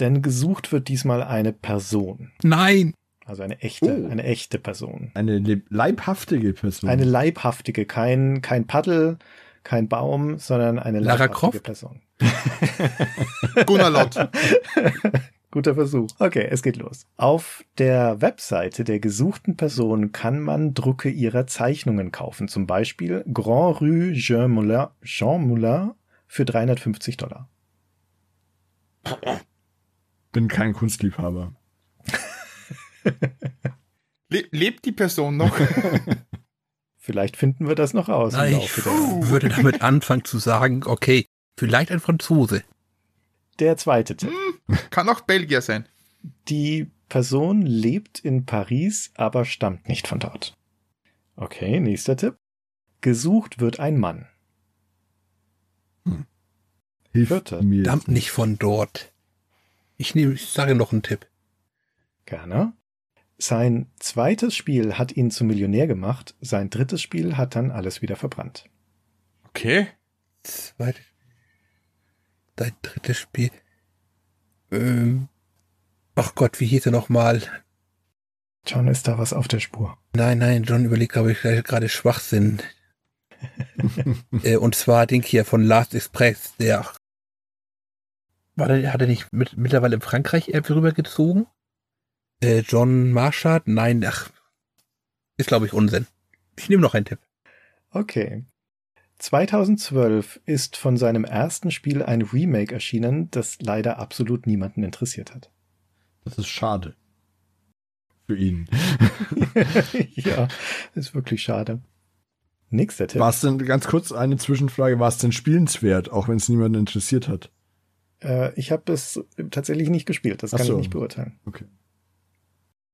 Speaker 3: Denn gesucht wird diesmal eine Person.
Speaker 1: Nein.
Speaker 3: Also eine echte,
Speaker 4: Oh.
Speaker 3: eine echte Person.
Speaker 4: Eine leb- leibhaftige
Speaker 1: Hm.
Speaker 4: Person.
Speaker 3: Eine leibhaftige, kein, kein Paddel, kein Baum, sondern eine
Speaker 1: Lara
Speaker 3: leibhaftige
Speaker 1: Croft?
Speaker 3: Person.
Speaker 2: Gunnar Lott.
Speaker 3: Guter Versuch. Okay, es geht los. Auf der Webseite der gesuchten Person kann man Drucke ihrer Zeichnungen kaufen. Zum Beispiel Grand Rue Jean Moulin, Jean Moulin für 350 Dollar.
Speaker 4: bin kein Kunstliebhaber.
Speaker 2: Le lebt die Person noch?
Speaker 3: Vielleicht finden wir das noch raus. im
Speaker 1: Nein, ich
Speaker 3: Laufe der,
Speaker 1: würde damit anfangen zu sagen, okay, vielleicht ein Franzose.
Speaker 3: der zweite Tipp.
Speaker 2: Kann auch Belgier sein.
Speaker 3: Die Person lebt in Paris, aber stammt nicht von dort. Okay, nächster Tipp. Gesucht wird ein Mann.
Speaker 4: Hilft
Speaker 3: Vierter.
Speaker 4: mir.
Speaker 1: Verdammt nicht von dort. Ich nehme, ich sage noch einen Tipp.
Speaker 3: Gerne. Sein zweites Spiel hat ihn zum Millionär gemacht, sein drittes Spiel hat dann alles wieder verbrannt.
Speaker 2: Okay.
Speaker 1: Zweites. Dein drittes Spiel. Ähm. Ach Gott, wie hieß er nochmal?
Speaker 3: John ist da was auf der Spur.
Speaker 1: Nein, nein, John überlegt, glaube ich, gerade- gerade Schwachsinn. äh, und zwar den hier von Last Express, der. War der, hat er nicht mit, mittlerweile in Frankreich irgendwie rübergezogen? Äh, John Marshard? Nein, ach. Ist, glaube ich, Unsinn. Ich nehme noch einen Tipp.
Speaker 3: Okay. 2012 ist von seinem ersten Spiel ein Remake erschienen, das leider absolut niemanden interessiert hat.
Speaker 4: Das ist schade. Für ihn.
Speaker 3: ja, ist wirklich schade. Nächster Tipp.
Speaker 4: War es denn, ganz kurz eine Zwischenfrage, war es denn spielenswert, auch wenn es niemanden interessiert hat?
Speaker 3: Äh, ich habe es tatsächlich nicht gespielt, das
Speaker 4: Ach
Speaker 3: kann
Speaker 4: so.
Speaker 3: ich nicht beurteilen.
Speaker 4: Okay.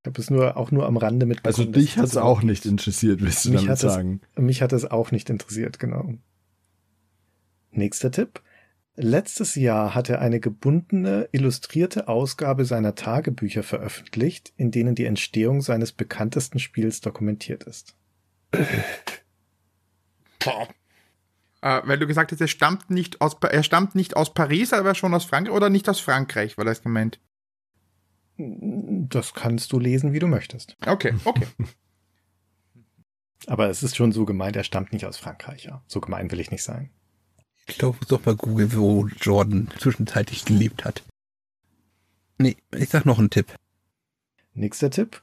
Speaker 3: Ich habe es nur auch nur am Rande mitbekommen.
Speaker 4: Also
Speaker 3: dass
Speaker 4: dich
Speaker 3: das
Speaker 4: hat es
Speaker 3: überhaupt
Speaker 4: auch nicht interessiert, willst du
Speaker 3: Mich
Speaker 4: damit
Speaker 3: hat es-
Speaker 4: sagen?
Speaker 3: Mich hat es auch nicht interessiert, genau. Nächster Tipp. Letztes Jahr hat er eine gebundene, illustrierte Ausgabe seiner Tagebücher veröffentlicht, in denen die Entstehung seines bekanntesten Spiels dokumentiert ist.
Speaker 2: Äh, weil du gesagt hast, er stammt, nicht aus, Pa- er stammt nicht aus Paris, aber schon aus Frankreich oder nicht aus Frankreich, war das gemeint.
Speaker 3: Das kannst du lesen, wie du möchtest.
Speaker 2: Okay, okay.
Speaker 3: Aber es ist schon so gemeint, er stammt nicht aus Frankreich, ja. So gemein will ich nicht sein.
Speaker 1: Ich glaube, muss doch mal googeln, wo Jordan zwischenzeitlich gelebt hat. Nee, ich sag noch einen Tipp.
Speaker 3: Nächster Tipp.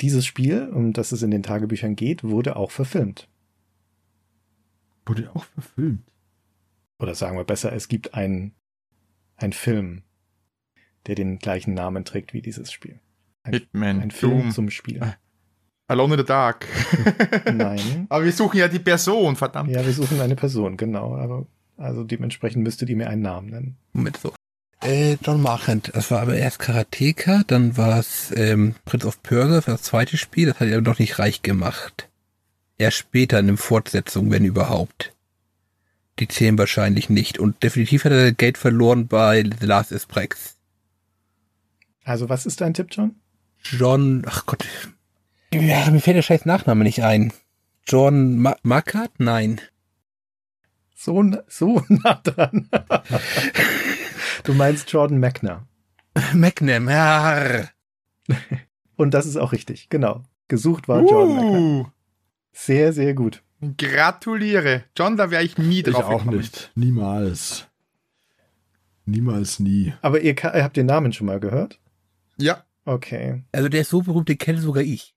Speaker 3: Dieses Spiel, um das es in den Tagebüchern geht, wurde auch verfilmt.
Speaker 4: Wurde auch verfilmt.
Speaker 3: oder sagen wir besser, es gibt einen, einen Film, der den gleichen Namen trägt wie dieses Spiel.
Speaker 2: Hitman,
Speaker 3: Ein Film
Speaker 2: Doom,
Speaker 3: zum Spiel.
Speaker 2: Alone in the Dark.
Speaker 3: Nein.
Speaker 2: aber wir suchen ja die Person, verdammt.
Speaker 3: Ja, wir suchen eine Person, genau. Aber also dementsprechend müsstet ihr mir einen Namen nennen.
Speaker 1: Moment so. Äh, John Marchand, das war aber erst Karateka, dann war es ähm, Prince of Persia, das war das zweite Spiel, das hat er noch nicht reich gemacht. Erst später in den Fortsetzungen, wenn überhaupt. Die zählen wahrscheinlich nicht. Und definitiv hat er Geld verloren bei The Last is Prex.
Speaker 3: Also was ist dein Tipp, John?
Speaker 1: John, ach Gott. Ja, mir fällt der scheiß Nachname nicht ein. John Ma Markard? Nein.
Speaker 3: So, n- so nah dran. du meinst Jordan McNair.
Speaker 1: McNamara.
Speaker 3: Und das ist auch richtig, genau. Gesucht war Jordan McNair.
Speaker 2: Uh,
Speaker 3: Sehr, sehr gut.
Speaker 2: Gratuliere. John, da wäre ich nie
Speaker 4: Ich
Speaker 2: drauf
Speaker 4: auch
Speaker 2: gekommen.
Speaker 4: nicht. Niemals. Niemals nie.
Speaker 3: Aber ihr, ka- ihr habt den Namen schon mal gehört?
Speaker 2: Ja.
Speaker 3: Okay.
Speaker 1: Also der ist so berühmt, den kenne sogar ich.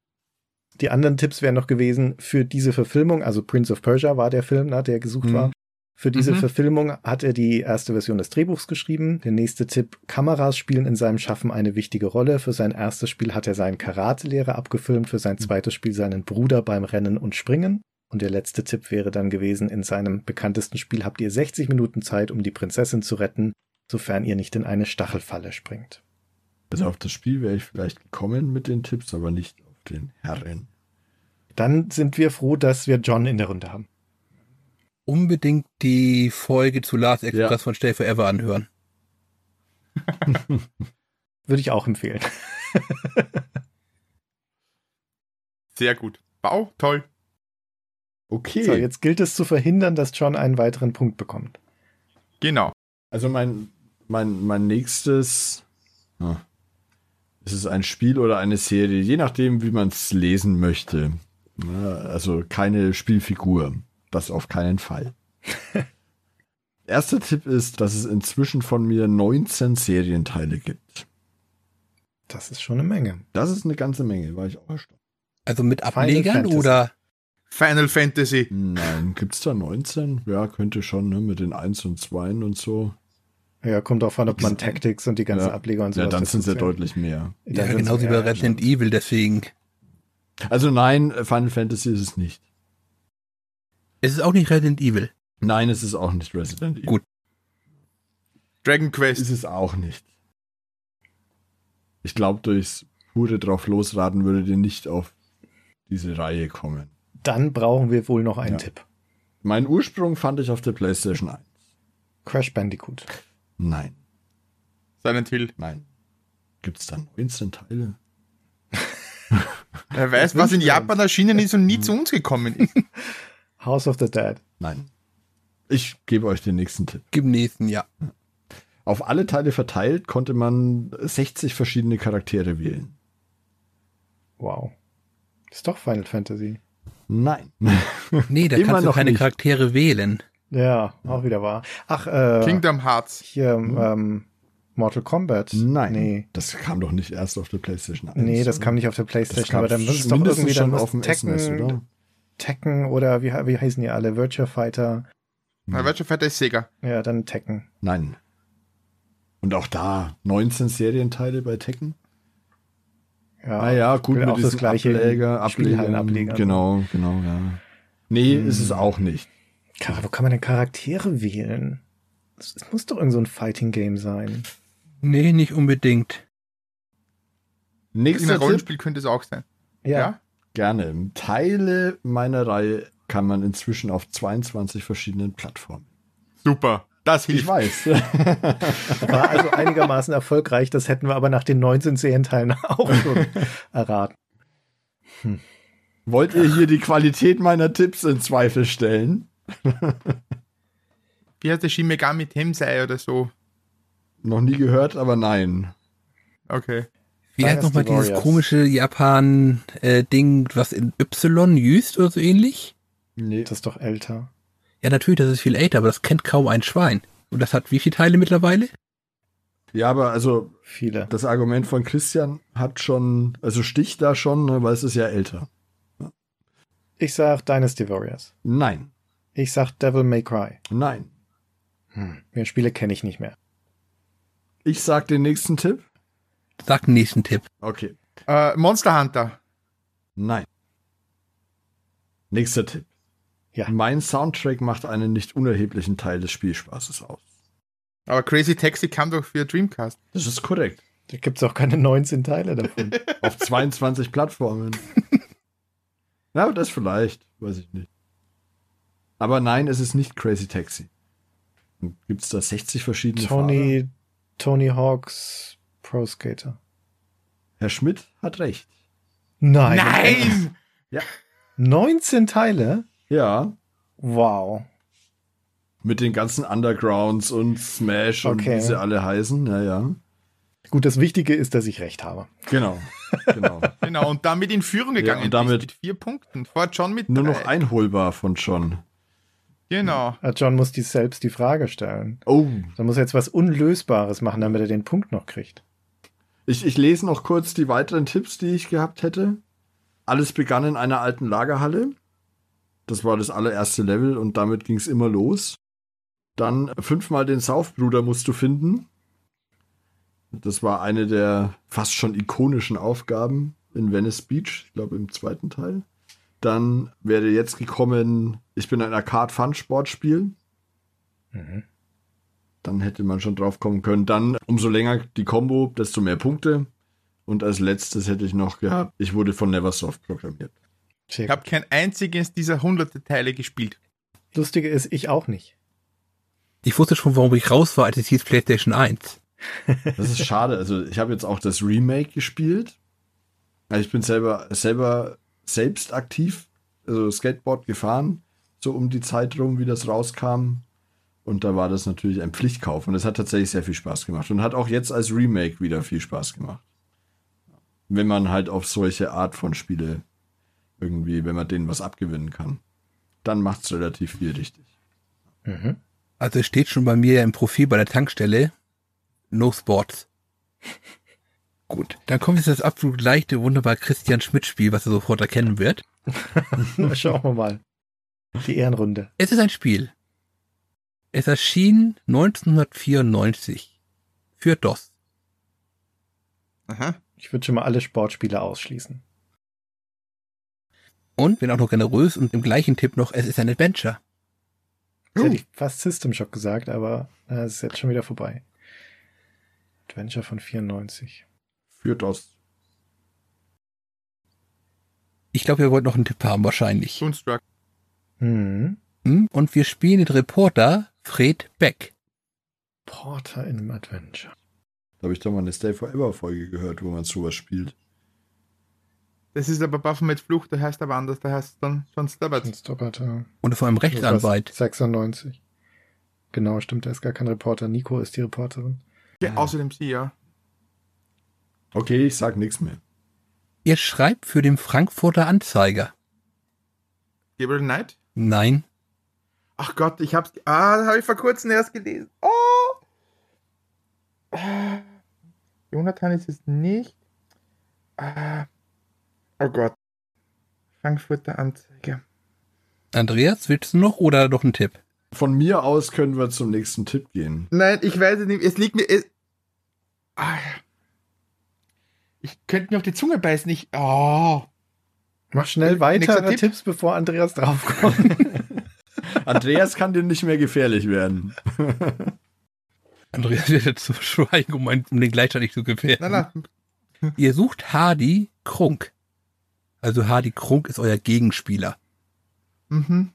Speaker 3: Die anderen Tipps wären noch gewesen für diese Verfilmung, also Prince of Persia war der Film, na, der gesucht
Speaker 4: Mhm.
Speaker 3: war. Für diese
Speaker 2: Mhm.
Speaker 3: Verfilmung hat er die erste Version des Drehbuchs geschrieben. Der nächste Tipp, Kameras spielen in seinem Schaffen eine wichtige Rolle. Für sein erstes Spiel hat er seinen Karatelehrer abgefilmt, für sein zweites Spiel seinen Bruder beim Rennen und Springen. Und der letzte Tipp wäre dann gewesen, in seinem bekanntesten Spiel habt ihr 60 Minuten Zeit, um die Prinzessin zu retten, sofern ihr nicht in eine Stachelfalle springt.
Speaker 4: Also auf das Spiel wäre ich vielleicht gekommen mit den Tipps, aber nicht auf den Herren.
Speaker 3: Dann sind wir froh, dass wir John in der Runde haben.
Speaker 1: Unbedingt die Folge zu Last Express
Speaker 4: Ja.
Speaker 1: von Stay Forever anhören.
Speaker 3: Würde ich auch empfehlen.
Speaker 2: Sehr gut. Wow, toll.
Speaker 4: Okay.
Speaker 3: So, jetzt gilt es zu verhindern, dass John einen weiteren Punkt bekommt.
Speaker 2: Genau.
Speaker 4: Also mein, mein, mein nächstes. Ah. Ist es ein Spiel oder eine Serie? Je nachdem, wie man es lesen möchte. Ja, Also keine Spielfigur. Das auf keinen Fall. Erster Tipp ist, dass es inzwischen von mir 19 Serienteile gibt.
Speaker 3: Das ist schon eine Menge.
Speaker 4: Das ist eine ganze Menge, war ich auch erstaunt.
Speaker 1: Also mit
Speaker 3: Final
Speaker 1: Ablegern
Speaker 3: Fantasy.
Speaker 1: oder
Speaker 2: Final Fantasy.
Speaker 4: Nein, gibt es da 19? Ja, könnte schon, ne? Mit den 1 und 2 und so.
Speaker 3: Ja, kommt drauf an, ob man
Speaker 4: Das-
Speaker 3: Tactics und die ganzen
Speaker 4: Ja.
Speaker 3: Ableger und so
Speaker 4: Ja, dann sind es ja deutlich mehr.
Speaker 1: ja, genau wie bei Resident Evil, deswegen.
Speaker 4: Also nein, Final Fantasy ist es nicht.
Speaker 1: Es ist auch nicht Resident Evil.
Speaker 4: Nein, es ist auch nicht Resident Evil.
Speaker 1: Gut.
Speaker 2: Dragon
Speaker 4: Ist
Speaker 2: Quest.
Speaker 4: es auch nicht. Ich glaube, durchs pure drauf losraten würdet ihr nicht auf diese Reihe kommen.
Speaker 3: Dann brauchen wir wohl noch einen
Speaker 4: Ja.
Speaker 3: Tipp.
Speaker 4: Meinen Ursprung fand ich auf der PlayStation 1.
Speaker 3: Crash Bandicoot.
Speaker 4: Nein,
Speaker 2: Silent Hill.
Speaker 4: nein. Gibt es da 19 Teile?
Speaker 2: Wer weiß, was in Japan erschienen ist und nie zu uns gekommen ist.
Speaker 3: House of the Dead.
Speaker 4: Nein. Ich gebe euch den nächsten Tipp.
Speaker 1: Im nächsten Jahr.
Speaker 4: Auf alle Teile verteilt konnte man 60 verschiedene Charaktere wählen.
Speaker 3: Wow. Ist doch Final Fantasy.
Speaker 4: Nein.
Speaker 1: Nee, da
Speaker 4: Immer
Speaker 1: kannst du
Speaker 4: noch
Speaker 1: keine
Speaker 4: nicht.
Speaker 1: Charaktere wählen.
Speaker 3: Ja, auch wieder wahr. Ach, äh,
Speaker 2: Kingdom Hearts.
Speaker 3: hier, ähm, Mortal Kombat.
Speaker 4: Hm? Nein.
Speaker 3: Nee.
Speaker 4: Das kam doch nicht erst auf der PlayStation 1.
Speaker 3: Nee, das
Speaker 4: oder?
Speaker 3: kam nicht auf der Playstation, aber dann muss es doch
Speaker 4: mindestens
Speaker 3: irgendwie dann
Speaker 4: schon
Speaker 3: muss
Speaker 4: auf dem
Speaker 3: Tekken,
Speaker 4: SNES, oder?
Speaker 3: Tekken oder wie, wie heißen die alle? Virtua Fighter.
Speaker 2: Na, Virtua Fighter ist Sega.
Speaker 3: Ja, dann Tekken.
Speaker 4: Nein. Und auch da 19 Serienteile bei Tekken.
Speaker 3: Ja.
Speaker 4: Ah ja, gut,
Speaker 3: will
Speaker 4: mit
Speaker 3: auch das
Speaker 4: diesem
Speaker 3: gleiche halt
Speaker 4: Ableger, Ablegern,
Speaker 3: Spielhallenableger.
Speaker 4: Genau, genau, ja. Nee,
Speaker 3: Hm.
Speaker 4: ist es auch nicht.
Speaker 3: Kara, wo kann man denn Charaktere wählen? Es es muss doch irgend so ein Fighting-Game sein.
Speaker 1: Nee, nicht unbedingt.
Speaker 2: In
Speaker 4: Nächster
Speaker 2: einem
Speaker 4: Tipp,
Speaker 2: Rollenspiel könnte es auch sein.
Speaker 3: Ja.
Speaker 4: gerne. Teile meiner Reihe kann man inzwischen auf 22 verschiedenen Plattformen.
Speaker 2: Super. Das
Speaker 4: Ich
Speaker 2: hilft.
Speaker 4: weiß.
Speaker 3: War also einigermaßen erfolgreich. Das hätten wir aber nach den 19 Serienteilen auch schon erraten.
Speaker 4: Wollt ihr hier die Qualität meiner Tipps in Zweifel stellen?
Speaker 2: Wie heißt der Shin Megami Tensei oder so?
Speaker 4: Noch nie gehört, aber nein.
Speaker 2: Okay.
Speaker 1: Wie heißt
Speaker 3: Dynasty
Speaker 1: nochmal dieses
Speaker 3: Warriors.
Speaker 1: komische Japan-Ding, was in Y jüst oder so ähnlich?
Speaker 4: Nee.
Speaker 3: Das ist doch älter.
Speaker 1: Ja, natürlich, das ist viel älter, aber das kennt kaum ein Schwein. Und das hat wie viele Teile mittlerweile?
Speaker 4: Ja, aber also
Speaker 3: Viele.
Speaker 4: das Argument von Christian hat schon, also sticht da schon, ne, weil es ist ja älter.
Speaker 3: Ich sag Dynasty Warriors.
Speaker 4: Nein,
Speaker 3: Ich sag Devil May Cry.
Speaker 4: nein.
Speaker 3: Hm. Mehr Spiele kenne ich nicht mehr.
Speaker 4: Ich sag den nächsten Tipp.
Speaker 1: Sag den nächsten Tipp.
Speaker 4: Okay,
Speaker 2: Äh, Monster Hunter.
Speaker 4: nein. Nächster Tipp.
Speaker 3: Ja.
Speaker 4: Mein Soundtrack macht einen nicht unerheblichen Teil des Spielspaßes aus.
Speaker 2: Aber Crazy Taxi kam doch für Dreamcast.
Speaker 4: Das ist korrekt.
Speaker 3: Da gibt's auch keine 19 Teile davon.
Speaker 4: Auf 22 Plattformen. Na, aber das vielleicht, weiß ich nicht. Aber nein, es ist nicht Crazy Taxi. Gibt es da 60 verschiedene Fahrer?
Speaker 3: Tony, Tony Hawks Pro Skater.
Speaker 4: Herr Schmidt hat recht.
Speaker 3: Nein.
Speaker 2: Nein!
Speaker 3: 19 Teile?
Speaker 4: Ja,
Speaker 3: Wow.
Speaker 4: Mit den ganzen Undergrounds und Smash und
Speaker 3: Okay.
Speaker 4: wie sie alle heißen, ja, ja.
Speaker 3: Gut, das Wichtige ist, dass ich recht habe.
Speaker 4: Genau, genau.
Speaker 2: Genau, und damit in Führung
Speaker 4: Ja,
Speaker 2: gegangen
Speaker 4: und damit-
Speaker 2: bist mit vier Punkten. Vor John mit
Speaker 4: Nur
Speaker 2: drei.
Speaker 4: noch einholbar von John.
Speaker 2: Genau.
Speaker 3: Ah, John muss dies selbst die Frage stellen.
Speaker 4: Oh,
Speaker 3: Dann muss er jetzt was Unlösbares machen, damit er den Punkt noch kriegt.
Speaker 4: Ich, ich lese noch kurz die weiteren Tipps, die ich gehabt hätte. Alles begann in einer alten Lagerhalle. Das war das allererste Level und damit ging es immer los. Dann fünfmal den Saufbruder musst du finden. Das war eine der fast schon ikonischen Aufgaben in Venice Beach, ich glaube im zweiten Teil. Dann wäre jetzt gekommen, ich bin ein Arcade-Fun-Sportspiel.
Speaker 3: Mhm.
Speaker 4: Dann hätte man schon drauf kommen können. Dann, umso länger die Combo, desto mehr Punkte. Und als letztes hätte ich noch gehabt, ich wurde von Neversoft programmiert.
Speaker 3: Sehr
Speaker 2: Ich habe kein einziges dieser hunderte Teile gespielt.
Speaker 3: gut. Lustige ist, ich auch nicht.
Speaker 1: Ich wusste schon, warum ich raus war, als es hieß PlayStation 1.
Speaker 4: Das ist schade. Also, ich habe jetzt auch das Remake gespielt. Also ich bin selber, selber selbst aktiv, also Skateboard gefahren, so um die Zeit rum, wie das rauskam. Und da war das natürlich ein Pflichtkauf. Und es hat tatsächlich sehr viel Spaß gemacht. Und hat auch jetzt als Remake wieder viel Spaß gemacht. Wenn man halt auf solche Art von Spiele irgendwie, wenn man denen was abgewinnen kann, dann macht es relativ viel richtig.
Speaker 3: Mhm.
Speaker 1: Also es steht schon bei mir ja im Profil bei der Tankstelle. No Sports. Gut, dann kommt jetzt das absolut leichte, wunderbar Christian Schmidt-Spiel, was er sofort erkennen wird.
Speaker 3: Na, Schauen wir mal. Die Ehrenrunde.
Speaker 1: Es ist ein Spiel. Es erschien 1994 für DOS.
Speaker 2: Aha.
Speaker 3: Ich würde schon mal alle Sportspiele ausschließen.
Speaker 1: Und bin auch noch generös und im gleichen Tipp noch, es ist ein Adventure.
Speaker 3: Jetzt hätte ich fast System Shock gesagt, aber äh, es ist jetzt schon wieder vorbei. Adventure von 94.
Speaker 4: Für DOS.
Speaker 1: Ich glaube, ihr wollt noch einen Tipp haben wahrscheinlich.
Speaker 2: Toonstruck.
Speaker 3: Hm.
Speaker 1: Hm? Und wir spielen den Reporter Fred Beck.
Speaker 3: Porter in einem Adventure.
Speaker 4: Da habe ich doch mal eine Stay Forever-Folge gehört, wo man sowas spielt.
Speaker 2: Das ist aber Baphomet Fluch, der heißt aber anders, der heißt dann John
Speaker 3: Von
Speaker 2: Stubbards.
Speaker 3: Stockata.
Speaker 1: Und vor allem Rechtsanwalt.
Speaker 3: 96. Genau, stimmt, da ist gar kein Reporter. Nico ist die Reporterin.
Speaker 2: Ja, außerdem sie, ja.
Speaker 4: Okay, ich sag nichts mehr.
Speaker 1: Ihr schreibt für den Frankfurter Anzeiger.
Speaker 2: Gabriel Knight?
Speaker 1: Nein.
Speaker 2: Ach Gott, ich hab's. Ah, das habe ich vor kurzem erst gelesen. Oh! Ah. Jonathan ist es nicht. Ah. Oh Gott. Frankfurter Anzeiger.
Speaker 1: Andreas, willst du noch oder noch einen Tipp?
Speaker 4: Von mir aus können wir zum nächsten Tipp gehen.
Speaker 2: Nein, ich weiß es nicht. Es liegt mir. Es, ah. Ich könnte mir auf die Zunge beißen. Ich. Oh.
Speaker 3: Mach schnell
Speaker 2: Nächster
Speaker 3: weitere
Speaker 2: Tipp.
Speaker 3: Tipps, bevor Andreas draufkommt.
Speaker 4: Andreas kann dir nicht mehr gefährlich werden.
Speaker 1: Andreas wird jetzt zu schweigen, um, einen- um den Gleitstand nicht zu gefährden.
Speaker 2: Nein, nein.
Speaker 1: Ihr sucht Hardy Krunk. Also Hardy Krunk ist euer Gegenspieler.
Speaker 2: Mhm.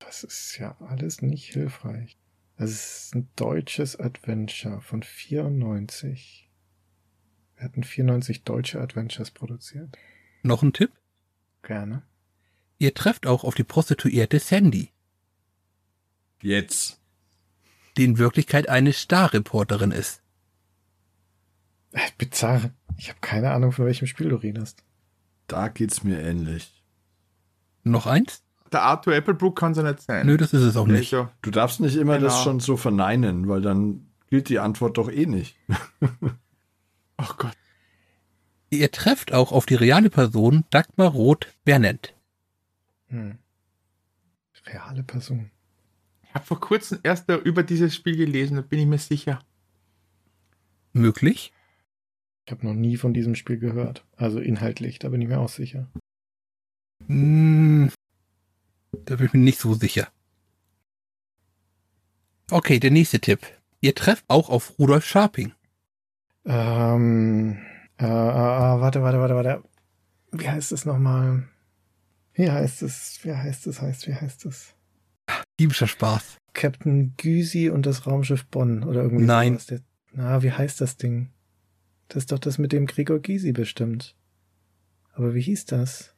Speaker 3: Das ist ja alles nicht hilfreich. Das ist ein deutsches Adventure von 94. Wir hatten 94 deutsche Adventures produziert.
Speaker 1: Noch ein Tipp?
Speaker 3: Gerne.
Speaker 1: Ihr trefft auch auf die Prostituierte Sandy,
Speaker 4: Jetzt.
Speaker 1: die in Wirklichkeit eine Starreporterin ist.
Speaker 3: Äh, Bizarr. Ich habe keine Ahnung, von welchem Spiel du redest.
Speaker 4: Da geht's mir ähnlich.
Speaker 1: Noch eins?
Speaker 2: Der Arthur Applebrook kann es ja nicht sein.
Speaker 1: Nö, das ist es auch nicht.
Speaker 2: Also,
Speaker 4: Du darfst nicht immer das
Speaker 2: Genau.
Speaker 4: schon so verneinen, weil dann gilt die Antwort doch eh nicht.
Speaker 2: oh Gott.
Speaker 1: Ihr trefft auch auf die reale Person Dagmar Roth-Bernett.
Speaker 3: Hm. Reale Person.
Speaker 2: Ich habe vor kurzem erst da über dieses Spiel gelesen, da bin ich mir sicher.
Speaker 1: Möglich?
Speaker 3: Ich habe noch nie von diesem Spiel gehört. Also inhaltlich, da bin ich mir auch sicher.
Speaker 1: Hm, da bin ich mir nicht so sicher. Okay, der nächste Tipp. Ihr trefft auch auf Rudolf Scharping.
Speaker 3: Ähm, äh, äh, äh, warte, warte, warte, warte. Wie heißt es nochmal? Wie heißt es? Wie heißt es? Heißt, wie heißt es?
Speaker 1: Diebischer Spaß.
Speaker 3: Captain Gysi und das Raumschiff Bonn oder irgendwie
Speaker 1: Nein.
Speaker 3: sowas. Der, na, wie heißt das Ding? Das ist doch das mit dem Gregor Gysi bestimmt. Aber wie hieß das?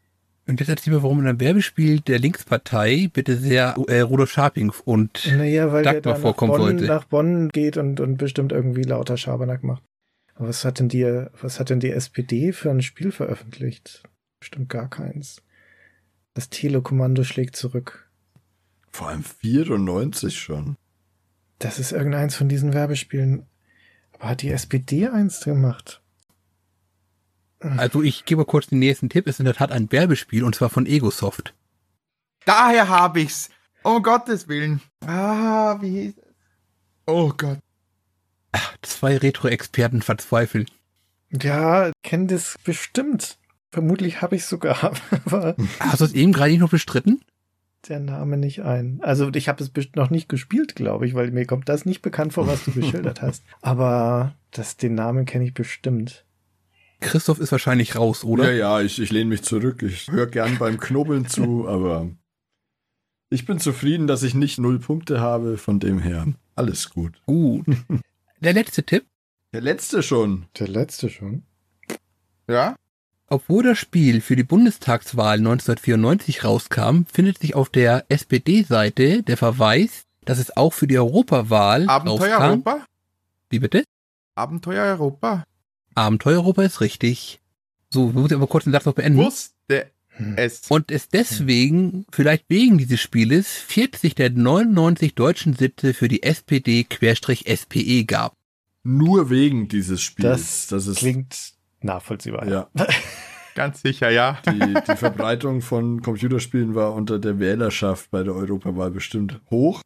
Speaker 1: Und jetzt erzähl mir, warum in einem Werbespiel der Linkspartei bitte sehr äh, Rudolf Scharping und
Speaker 3: Naja, weil der
Speaker 1: Dagmar
Speaker 3: da nach
Speaker 1: vorkommen
Speaker 3: Bonn,
Speaker 1: wollte.
Speaker 3: nach Bonn geht und, und bestimmt irgendwie lauter Schabernack macht. Was hat denn die, was hat denn die SPD für ein Spiel veröffentlicht? Bestimmt gar keins. Das Telekommando schlägt zurück.
Speaker 4: Vor allem 94 schon.
Speaker 3: Das ist irgendeins von diesen Werbespielen. Aber hat die SPD eins gemacht?
Speaker 1: Also ich gebe kurz den nächsten Tipp. Es ist in der Tat ein Werbespiel und zwar von Egosoft.
Speaker 2: Daher habe ich's. Um Gottes Willen. Ah, wie hieß es? Oh Gott.
Speaker 1: Ach, Zwei Retro-Experten verzweifeln.
Speaker 3: Ja, kenn das bestimmt. Vermutlich habe ich sogar, aber
Speaker 1: Hast du es eben gerade nicht noch bestritten?
Speaker 3: der Name nicht ein. Also ich habe es best- noch nicht gespielt, glaube ich, weil mir kommt das nicht bekannt vor, was du geschildert hast. Aber das, den Namen kenne ich bestimmt.
Speaker 1: Christoph ist wahrscheinlich raus,
Speaker 4: Ja,
Speaker 1: oder?
Speaker 4: ja, ich, ich lehne mich zurück. Ich höre gern beim Knobeln zu, aber ich bin zufrieden, dass ich nicht null Punkte habe. Von dem her, alles gut.
Speaker 1: Gut. Der letzte Tipp.
Speaker 4: Der letzte schon.
Speaker 3: Der letzte schon.
Speaker 2: Ja?
Speaker 1: Obwohl das Spiel für die Bundestagswahl 1994 rauskam, findet sich auf der SPD-Seite der Verweis, dass es auch für die Europawahl
Speaker 2: Abenteuer
Speaker 1: rauskam.
Speaker 2: Europa?
Speaker 1: Wie bitte?
Speaker 2: Abenteuer Europa?
Speaker 1: Abenteuer Europa ist richtig. So, wir müssen aber kurz den Satz noch beenden.
Speaker 2: Wusste
Speaker 3: Hm.
Speaker 2: es.
Speaker 1: Mhm. Und es deswegen, vielleicht wegen dieses Spieles, 40 der 99 deutschen Sitze für die SPD-SPE E gab.
Speaker 4: Nur wegen dieses Spiels.
Speaker 3: Das,
Speaker 4: Das, ist
Speaker 3: klingt nachvollziehbar.
Speaker 4: ja
Speaker 2: Ganz sicher, ja.
Speaker 4: die, die Verbreitung von Computerspielen war unter der Wählerschaft bei der Europawahl bestimmt hoch.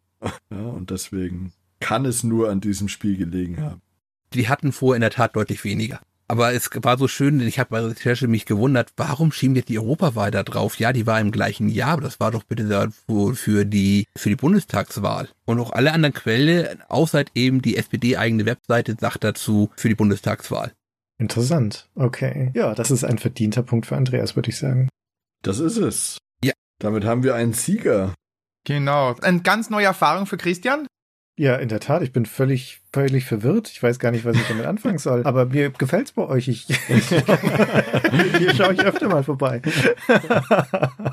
Speaker 4: Ja, und deswegen kann es nur an diesem Spiel gelegen haben.
Speaker 1: Die hatten vorher in der Tat deutlich weniger. Aber es war so schön, denn ich habe bei der Recherche mich gewundert, warum schien jetzt die Europawahl da drauf? Ja, die war im gleichen Jahr, aber das war doch bitte da für für die, für die Bundestagswahl. Und auch alle anderen Quellen, außer eben die SPD-eigene Webseite, sagt dazu für die Bundestagswahl.
Speaker 3: Interessant. Okay. Ja, das ist ein verdienter Punkt für Andreas, würde ich sagen.
Speaker 4: Das ist es.
Speaker 1: Ja.
Speaker 4: Damit haben wir einen Sieger.
Speaker 2: Genau. Eine ganz neue Erfahrung für Christian.
Speaker 3: Ja, in der Tat. Ich bin völlig, völlig verwirrt. Ich weiß gar nicht, was ich damit anfangen soll. Aber mir gefällt's bei euch. Ich, hier schaue ich öfter mal vorbei.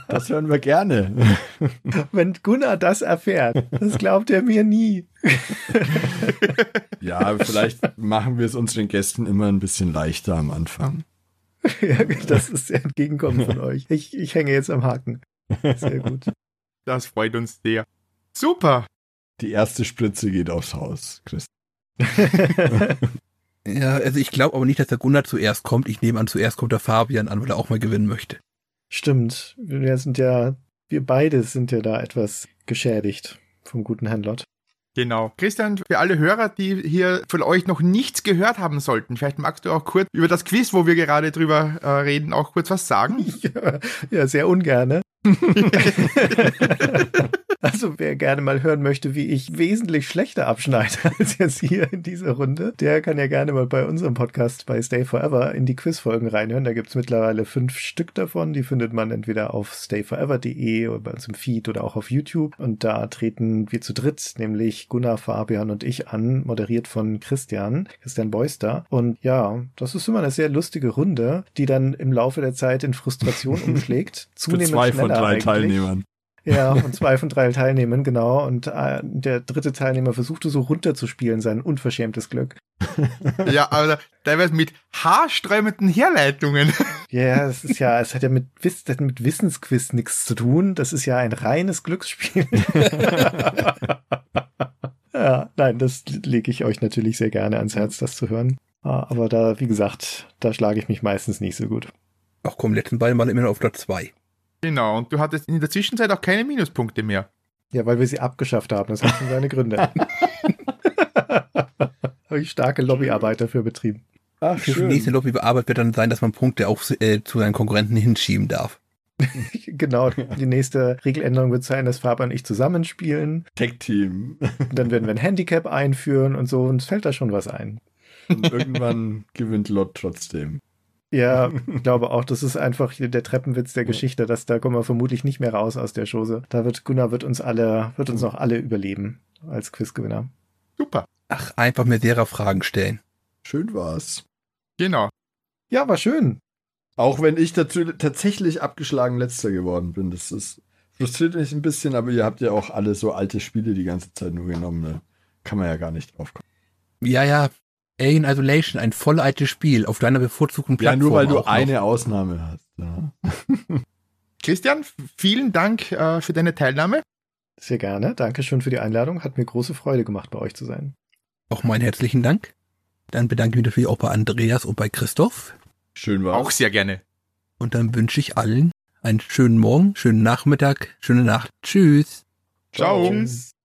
Speaker 4: Das hören wir gerne.
Speaker 3: Wenn Gunnar das erfährt, das glaubt er mir nie.
Speaker 4: Ja, vielleicht machen wir es unseren Gästen immer ein bisschen leichter am Anfang.
Speaker 3: Ja, das ist sehr entgegenkommen von euch. Ich, ich hänge jetzt am Haken. Sehr gut.
Speaker 2: Das freut uns sehr. Super.
Speaker 4: Die erste Spritze geht aufs Haus, Chris.
Speaker 1: Ja, also ich glaube aber nicht, dass der Gunnar zuerst kommt. Ich nehme an, zuerst kommt der Fabian an, weil er auch mal gewinnen möchte.
Speaker 3: Stimmt. Wir sind ja, wir beide sind ja da etwas geschädigt vom guten Handlot.
Speaker 2: Genau. Christian, für alle Hörer, die hier von euch noch nichts gehört haben sollten, vielleicht magst du auch kurz über das Quiz, wo wir gerade drüber äh, reden, auch kurz was sagen.
Speaker 3: Ja, ja, sehr ungerne. also wer gerne mal hören möchte, wie ich wesentlich schlechter abschneide als jetzt hier in dieser Runde, der kann ja gerne mal bei unserem Podcast bei Stay Forever in die Quizfolgen reinhören. Da gibt's mittlerweile fünf Stück davon. Die findet man entweder auf stayforever.de oder bei uns im Feed oder auch auf YouTube. Und da treten wir zu dritt, nämlich Gunnar, Fabian und ich an, moderiert von Christian, Christian Beuster. Und ja, das ist immer eine sehr lustige Runde, die dann im Laufe der Zeit in Frustration umschlägt.
Speaker 4: Für
Speaker 3: Zunehmend
Speaker 4: zwei von
Speaker 3: schneller
Speaker 4: drei
Speaker 3: eigentlich.
Speaker 4: Teilnehmern.
Speaker 3: Ja, und zwei von drei teilnehmen, genau. Und äh, der dritte Teilnehmer versuchte so runterzuspielen, sein unverschämtes Glück.
Speaker 2: ja, aber teilweise mit haarsträubenden Herleitungen.
Speaker 3: Ja, ja, es ist ja, es hat ja mit, Wiss, das hat mit Wissensquiz nichts zu tun. Das ist ja ein reines Glücksspiel. ja, nein, das lege ich euch natürlich sehr gerne ans Herz, das zu hören. Ah, Aber da, wie gesagt, da schlage ich mich meistens nicht so gut.
Speaker 1: Ach komm, letzten beiden waren immer noch auf Platz zwei.
Speaker 2: genau. Und du hattest in der Zwischenzeit auch keine Minuspunkte mehr.
Speaker 3: Ja, weil wir sie abgeschafft haben. Das hat schon seine Gründe. Habe ich starke Lobbyarbeit dafür betrieben.
Speaker 4: Ach,
Speaker 1: Für die nächste Lobbyarbeit wird dann sein, dass man Punkte auch äh, zu seinen Konkurrenten hinschieben darf.
Speaker 3: Genau, die nächste Regeländerung wird sein, dass Fabian und ich zusammenspielen.
Speaker 4: Tech-Team.
Speaker 3: Und dann werden wir ein Handicap einführen und so. Uns fällt da schon was ein.
Speaker 4: Und irgendwann gewinnt Lot trotzdem.
Speaker 3: Ja, ich glaube auch, das ist einfach hier der Treppenwitz der Geschichte, dass da kommen wir vermutlich nicht mehr raus aus der Chose. Da wird Gunnar wird uns alle, wird uns noch alle überleben als Quizgewinner.
Speaker 2: Super.
Speaker 1: Ach, einfach mehr derer Fragen stellen.
Speaker 4: Schön war's.
Speaker 2: Genau.
Speaker 3: Ja, war schön.
Speaker 4: Auch wenn ich dazu tatsächlich abgeschlagen letzter geworden bin. Das ist frustriert mich ein bisschen, aber ihr habt ja auch alle so alte Spiele die ganze Zeit nur genommen. Ne? Kann man ja gar nicht drauf kommen.
Speaker 1: Ja, ja. Alien Isolation, ein vollleites Spiel auf deiner bevorzugten
Speaker 4: Ja,
Speaker 1: Plattform.
Speaker 4: nur weil du
Speaker 1: auch noch.
Speaker 4: eine Ausnahme hast. Ja.
Speaker 2: Christian, vielen Dank äh, für deine Teilnahme.
Speaker 3: Sehr gerne. Dankeschön für die Einladung. Hat mir große Freude gemacht, bei euch zu sein.
Speaker 1: Auch meinen herzlichen Dank. Dann bedanke ich mich natürlich auch bei Andreas und bei Christoph.
Speaker 4: Schön war.
Speaker 2: Auch sehr gerne.
Speaker 1: Und dann wünsche ich allen einen schönen Morgen, schönen Nachmittag, schöne Nacht. Tschüss.
Speaker 2: Ciao.
Speaker 3: Tschüss.